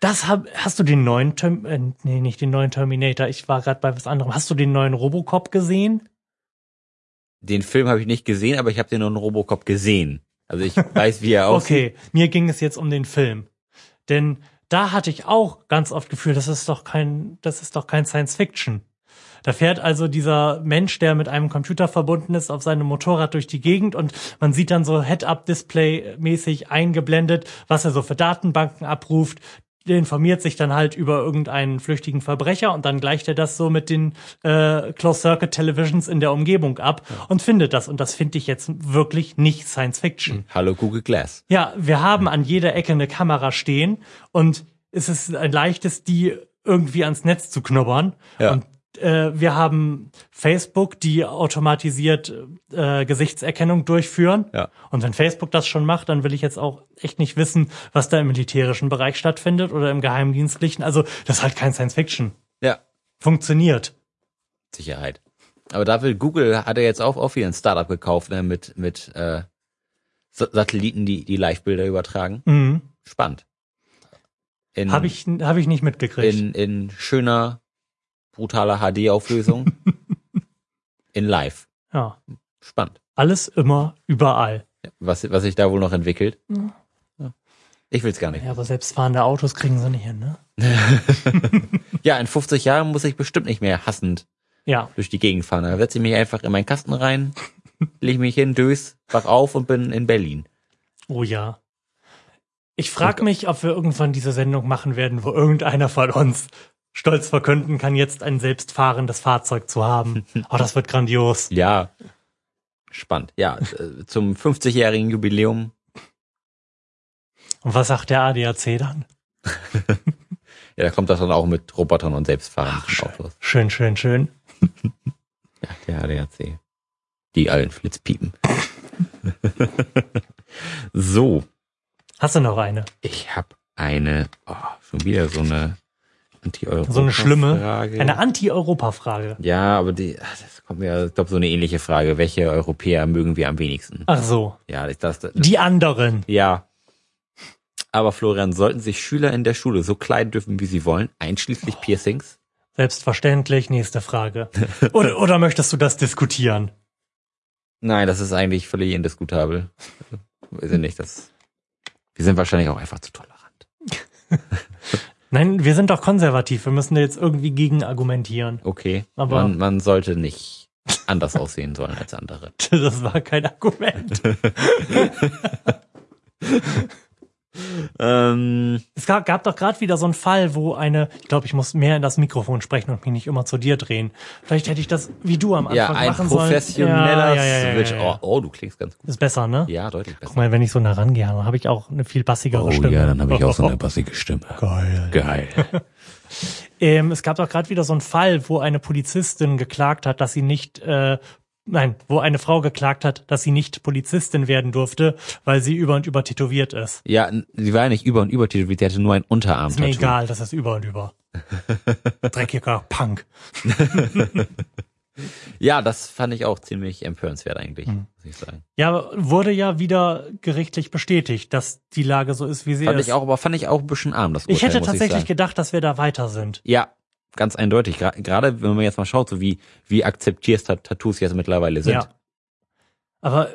Speaker 1: Das hab, hast du den neuen Term äh, nee, nicht den neuen Terminator, ich war gerade bei was anderem. Hast du den neuen Robocop gesehen?
Speaker 2: Den Film habe ich nicht gesehen, aber ich habe den neuen Robocop gesehen. Also ich weiß, wie er
Speaker 1: Okay,
Speaker 2: aussieht.
Speaker 1: mir ging es jetzt um den Film. Denn da hatte ich auch ganz oft Gefühl, das ist doch kein, das ist doch kein Science Fiction. Da fährt also dieser Mensch, der mit einem Computer verbunden ist, auf seinem Motorrad durch die Gegend und man sieht dann so Head-Up-Display-mäßig eingeblendet, was er so für Datenbanken abruft. Der informiert sich dann halt über irgendeinen flüchtigen Verbrecher und dann gleicht er das so mit den äh, Closed-Circuit-Televisions in der Umgebung ab und findet das. Und das finde ich jetzt wirklich nicht Science-Fiction.
Speaker 2: Hallo Google Glass.
Speaker 1: Ja, wir haben an jeder Ecke eine Kamera stehen und es ist ein leichtes, die irgendwie ans Netz zu knubbern.
Speaker 2: Ja.
Speaker 1: Und äh, wir haben Facebook, die automatisiert äh, Gesichtserkennung durchführen.
Speaker 2: Ja.
Speaker 1: Und wenn Facebook das schon macht, dann will ich jetzt auch echt nicht wissen, was da im militärischen Bereich stattfindet oder im geheimdienstlichen. Also das ist halt kein Science Fiction.
Speaker 2: Ja,
Speaker 1: Funktioniert.
Speaker 2: Sicherheit. Aber da will Google, hat er jetzt auch, auch wieder ein Startup gekauft, ne, mit, mit äh, Sa- Satelliten, die, die Live-Bilder übertragen.
Speaker 1: Mhm.
Speaker 2: Spannend. In,
Speaker 1: Habe ich, hab ich nicht mitgekriegt.
Speaker 2: in, in schöner, brutaler HD-Auflösung. in live.
Speaker 1: ja.
Speaker 2: Spannend.
Speaker 1: Alles immer überall.
Speaker 2: Was, was sich da wohl noch entwickelt. Ja. Ich will's gar nicht.
Speaker 1: Ja, aber selbstfahrende Autos kriegen sie nicht hin, ne?
Speaker 2: Ja, in 50 Jahren muss ich bestimmt nicht mehr hassend
Speaker 1: Ja.
Speaker 2: durch die Gegend fahren. Da setze ich mich einfach in meinen Kasten rein, leg mich hin, dös, wach auf und bin in Berlin.
Speaker 1: Oh ja. Ich frage mich, ob wir irgendwann diese Sendung machen werden, wo irgendeiner von uns stolz verkünden kann, jetzt ein selbstfahrendes Fahrzeug zu haben. Oh, das wird grandios.
Speaker 2: Ja. Spannend. Ja, äh, zum 50-jährigen Jubiläum.
Speaker 1: Und was sagt der ADAC dann?
Speaker 2: Ja, da kommt das dann auch mit Robotern und selbstfahrenden
Speaker 1: schön.
Speaker 2: Autos.
Speaker 1: Schön, schön, schön.
Speaker 2: Ja, der ADAC. Die allen Flitzpiepen. so.
Speaker 1: Hast du noch eine?
Speaker 2: Ich habe eine, oh, schon wieder so eine Anti-Europa.
Speaker 1: So eine schlimme,
Speaker 2: Frage.
Speaker 1: eine Anti-Europa-Frage.
Speaker 2: ja, aber die, ach, das kommt mir, ich glaube, so eine ähnliche Frage. Welche Europäer mögen wir am wenigsten?
Speaker 1: Ach so,
Speaker 2: Ja, ich das, das
Speaker 1: die anderen.
Speaker 2: ja. Aber Florian, sollten sich Schüler in der Schule so kleiden dürfen, wie sie wollen, einschließlich Piercings?
Speaker 1: Selbstverständlich, nächste Frage. Oder, oder möchtest du das diskutieren?
Speaker 2: Nein, das ist eigentlich völlig indiskutabel. Weiß ich nicht, das, wir sind wahrscheinlich auch einfach zu tolerant.
Speaker 1: Nein, wir sind doch konservativ. Wir müssen da jetzt irgendwie gegen argumentieren.
Speaker 2: Okay.
Speaker 1: Aber-
Speaker 2: man, man sollte nicht anders aussehen sollen als andere.
Speaker 1: Das war kein Argument.
Speaker 2: Ähm,
Speaker 1: Es gab, gab doch gerade wieder so einen Fall, wo eine, ich glaube, ich muss mehr in das Mikrofon sprechen und mich nicht immer zu dir drehen. Vielleicht hätte ich das wie du am Anfang
Speaker 2: ja, ein
Speaker 1: machen sollen.
Speaker 2: professioneller
Speaker 1: ja, ja, ja,
Speaker 2: Switch.
Speaker 1: Ja, ja, ja.
Speaker 2: Oh, oh, du klingst ganz gut.
Speaker 1: Ist besser, ne?
Speaker 2: Ja, deutlich
Speaker 1: Guck
Speaker 2: besser.
Speaker 1: mal, wenn ich so nah rangehe, dann habe ich auch eine viel bassigere
Speaker 2: Oh
Speaker 1: Stimme.
Speaker 2: bassige Stimme.
Speaker 1: Geil.
Speaker 2: Geil.
Speaker 1: Ähm, es gab doch gerade wieder so einen Fall, wo eine Polizistin geklagt hat, dass sie nicht, äh, nein, wo eine Frau geklagt hat, dass sie nicht Polizistin werden durfte, weil sie über und über tätowiert ist.
Speaker 2: Ja, n- sie war ja nicht über und über tätowiert, sie hatte nur ein unterarm
Speaker 1: Ist mir egal, das ist über und über. Dreckiger Punk.
Speaker 2: Ja, das fand ich auch ziemlich empörenswert eigentlich,
Speaker 1: Mhm.
Speaker 2: muss ich sagen.
Speaker 1: Ja, wurde ja wieder gerichtlich bestätigt, dass die Lage so ist, wie sie
Speaker 2: Fand
Speaker 1: ist.
Speaker 2: ich auch, aber fand ich auch ein bisschen arm, das Urteil,
Speaker 1: ich hätte
Speaker 2: muss
Speaker 1: tatsächlich
Speaker 2: sagen.
Speaker 1: gedacht, dass wir da weiter sind.
Speaker 2: Ja, ganz eindeutig. Gra- Gerade wenn man jetzt mal schaut, so wie, wie akzeptierst Tattoos jetzt mittlerweile sind.
Speaker 1: Ja. Aber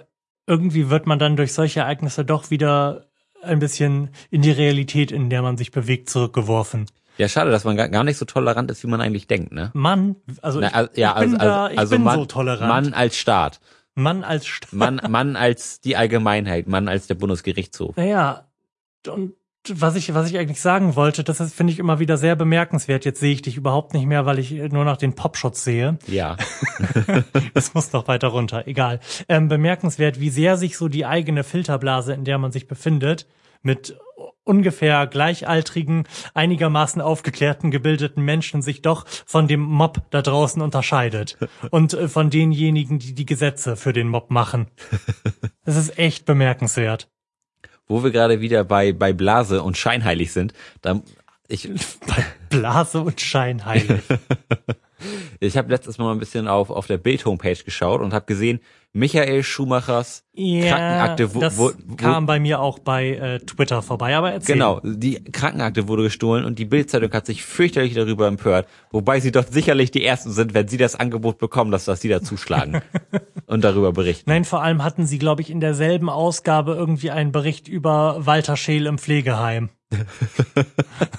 Speaker 1: irgendwie wird man dann durch solche Ereignisse doch wieder ein bisschen in die Realität, in der man sich bewegt, zurückgeworfen.
Speaker 2: Ja, schade, dass man gar, gar nicht so tolerant ist, wie man eigentlich denkt, ne?
Speaker 1: Mann, also
Speaker 2: Na,
Speaker 1: ich,
Speaker 2: al- ja,
Speaker 1: ich bin,
Speaker 2: also,
Speaker 1: da,
Speaker 2: also,
Speaker 1: ich
Speaker 2: also
Speaker 1: bin
Speaker 2: Mann,
Speaker 1: so tolerant.
Speaker 2: Mann als Staat,
Speaker 1: Mann als Staat.
Speaker 2: Mann, Mann als die Allgemeinheit, Mann als der Bundesgerichtshof.
Speaker 1: Naja, und was ich, was ich eigentlich sagen wollte, das ist, finde ich immer wieder sehr bemerkenswert. Jetzt sehe ich dich überhaupt nicht mehr, weil ich nur noch den Popschutz sehe.
Speaker 2: Ja,
Speaker 1: Das muss noch weiter runter, egal. Ähm, bemerkenswert, wie sehr sich so die eigene Filterblase, in der man sich befindet, mit ungefähr gleichaltrigen, einigermaßen aufgeklärten, gebildeten Menschen sich doch von dem Mob da draußen unterscheidet. Und äh, von denjenigen, die die Gesetze für den Mob machen. Das ist echt bemerkenswert.
Speaker 2: wo wir gerade wieder bei, bei Blase und scheinheilig sind, da, ich,
Speaker 1: Blase und scheinheilig.
Speaker 2: Ich habe letztes Mal ein bisschen auf, auf der Bild-Homepage geschaut und habe gesehen, Michael Schumachers Krankenakte
Speaker 1: das kam bei mir auch bei äh, Twitter vorbei, aber erzähl.
Speaker 2: Genau, die Krankenakte wurde gestohlen und die Bild-Zeitung hat sich fürchterlich darüber empört, wobei sie doch sicherlich die Ersten sind, wenn sie das Angebot bekommen, dass, dass sie da zuschlagen und darüber berichten.
Speaker 1: Nein, vor allem hatten sie, glaube ich, in derselben Ausgabe irgendwie einen Bericht über Walter Scheel im Pflegeheim.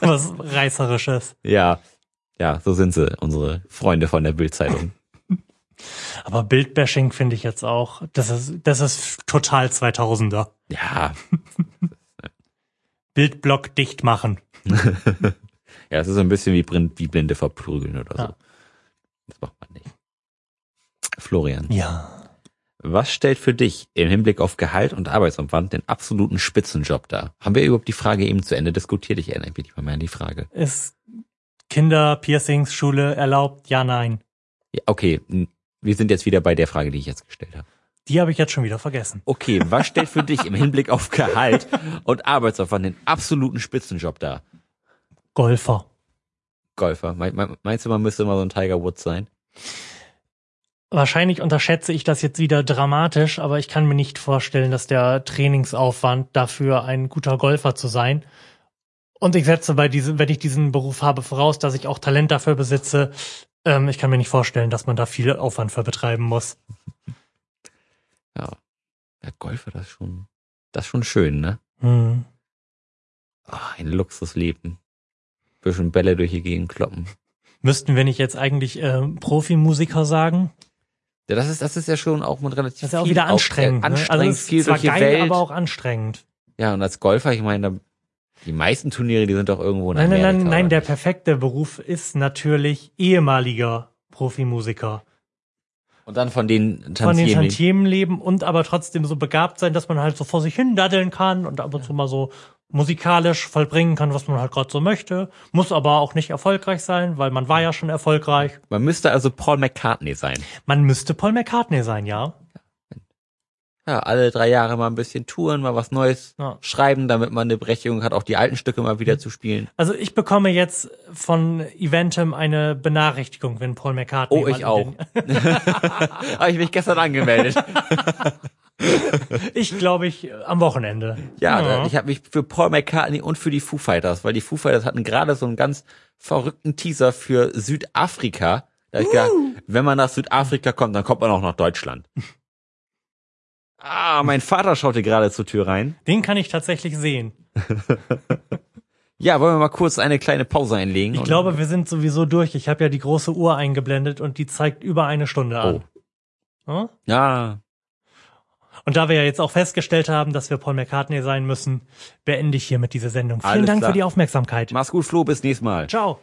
Speaker 1: Was Reißerisches.
Speaker 2: Ja. Ja, so sind sie, unsere Freunde von der Bildzeitung.
Speaker 1: Aber Bildbashing finde ich jetzt auch, das ist, das ist total 2000er.
Speaker 2: Ja.
Speaker 1: Bildblock dicht machen.
Speaker 2: Ja, es ist so ein bisschen wie, Brin- wie Blinde verprügeln oder so.
Speaker 1: Ja.
Speaker 2: Das macht man nicht. Florian,
Speaker 1: Ja.
Speaker 2: was stellt für dich im Hinblick auf Gehalt und Arbeitsumfang den absoluten Spitzenjob dar? Haben wir überhaupt die Frage eben zu Ende diskutiert? Ich erinnere mich nicht mal mehr an die Frage.
Speaker 1: Ist Kinder, Piercings, Schule erlaubt? Ja, nein.
Speaker 2: Ja, okay, n- wir sind jetzt wieder bei der Frage, die ich jetzt gestellt habe.
Speaker 1: Die habe ich jetzt schon wieder vergessen.
Speaker 2: Okay, was stellt für dich im Hinblick auf Gehalt und Arbeitsaufwand den absoluten Spitzenjob dar?
Speaker 1: Golfer.
Speaker 2: Golfer. Me- me- Meinst du, man müsste mal so ein Tiger Woods sein?
Speaker 1: Wahrscheinlich unterschätze ich das jetzt wieder dramatisch, aber ich kann mir nicht vorstellen, dass der Trainingsaufwand dafür ein guter Golfer zu sein. Und ich setze bei diesem, wenn ich diesen Beruf habe, voraus, dass ich auch Talent dafür besitze. Ähm, ich kann mir nicht vorstellen, dass man da viel Aufwand für betreiben muss.
Speaker 2: Ja. Ja, Golfer, das ist schon, das ist schon schön, ne?
Speaker 1: Hm.
Speaker 2: Ah, ein Luxusleben. Bisschen Bälle durch die Gegend kloppen.
Speaker 1: Müssten wir nicht jetzt eigentlich ähm, Profimusiker sagen?
Speaker 2: Ja, das ist, das ist ja schon auch mit relativ
Speaker 1: Das ist ja auch
Speaker 2: viel
Speaker 1: wieder
Speaker 2: auf-
Speaker 1: anstrengend.
Speaker 2: äh,
Speaker 1: ne?
Speaker 2: anstrengend
Speaker 1: also es ist
Speaker 2: viel
Speaker 1: zwar
Speaker 2: durch die
Speaker 1: geil,
Speaker 2: Welt.
Speaker 1: aber auch anstrengend.
Speaker 2: ja, und als Golfer, ich meine, da- die meisten Turniere, die sind doch irgendwo in
Speaker 1: Nein, nein,
Speaker 2: Amerika.
Speaker 1: nein,
Speaker 2: oder
Speaker 1: nein, der
Speaker 2: nicht?
Speaker 1: perfekte Beruf ist natürlich ehemaliger Profimusiker.
Speaker 2: Und dann von den
Speaker 1: von den
Speaker 2: Tantiemen.
Speaker 1: Tantiemen leben und aber trotzdem so begabt sein, dass man halt so vor sich hin daddeln kann und ab und zu mal so musikalisch vollbringen kann, was man halt gerade so möchte. Muss aber auch nicht erfolgreich sein, weil man war ja schon erfolgreich.
Speaker 2: Man müsste also Paul McCartney sein.
Speaker 1: Man müsste Paul McCartney sein, ja.
Speaker 2: Ja, alle drei Jahre mal ein bisschen touren, mal was Neues
Speaker 1: Ja.
Speaker 2: schreiben, damit man eine Berechtigung hat, auch die alten Stücke mal wieder zu spielen.
Speaker 1: Also ich bekomme jetzt von Eventim eine Benachrichtigung, wenn Paul McCartney.
Speaker 2: Oh,
Speaker 1: mal
Speaker 2: ich
Speaker 1: in
Speaker 2: auch. Habe ich mich gestern angemeldet.
Speaker 1: Den, ich glaube ich äh, am Wochenende.
Speaker 2: Ja, da- ich habe mich für Paul McCartney und für die Foo Fighters, weil die Foo Fighters hatten gerade so einen ganz verrückten Teaser für Südafrika. Da hab ich gedacht, wenn man nach Südafrika kommt, dann kommt man auch nach Deutschland. ah, mein Vater schaute gerade zur Tür rein.
Speaker 1: Den kann ich tatsächlich sehen.
Speaker 2: Ja, wollen wir mal kurz eine kleine Pause einlegen?
Speaker 1: Ich
Speaker 2: Und-
Speaker 1: glaube, wir sind sowieso durch. Ich habe ja die große Uhr eingeblendet und die zeigt über eine Stunde an.
Speaker 2: Oh.
Speaker 1: Hm?
Speaker 2: ja,
Speaker 1: Und da wir ja jetzt auch festgestellt haben, dass wir Paul McCartney sein müssen, beende ich hiermit diese Sendung. Vielen
Speaker 2: Alles
Speaker 1: Dank
Speaker 2: klar.
Speaker 1: für die Aufmerksamkeit.
Speaker 2: mach's gut, Flo, bis nächstes Mal.
Speaker 1: Ciao.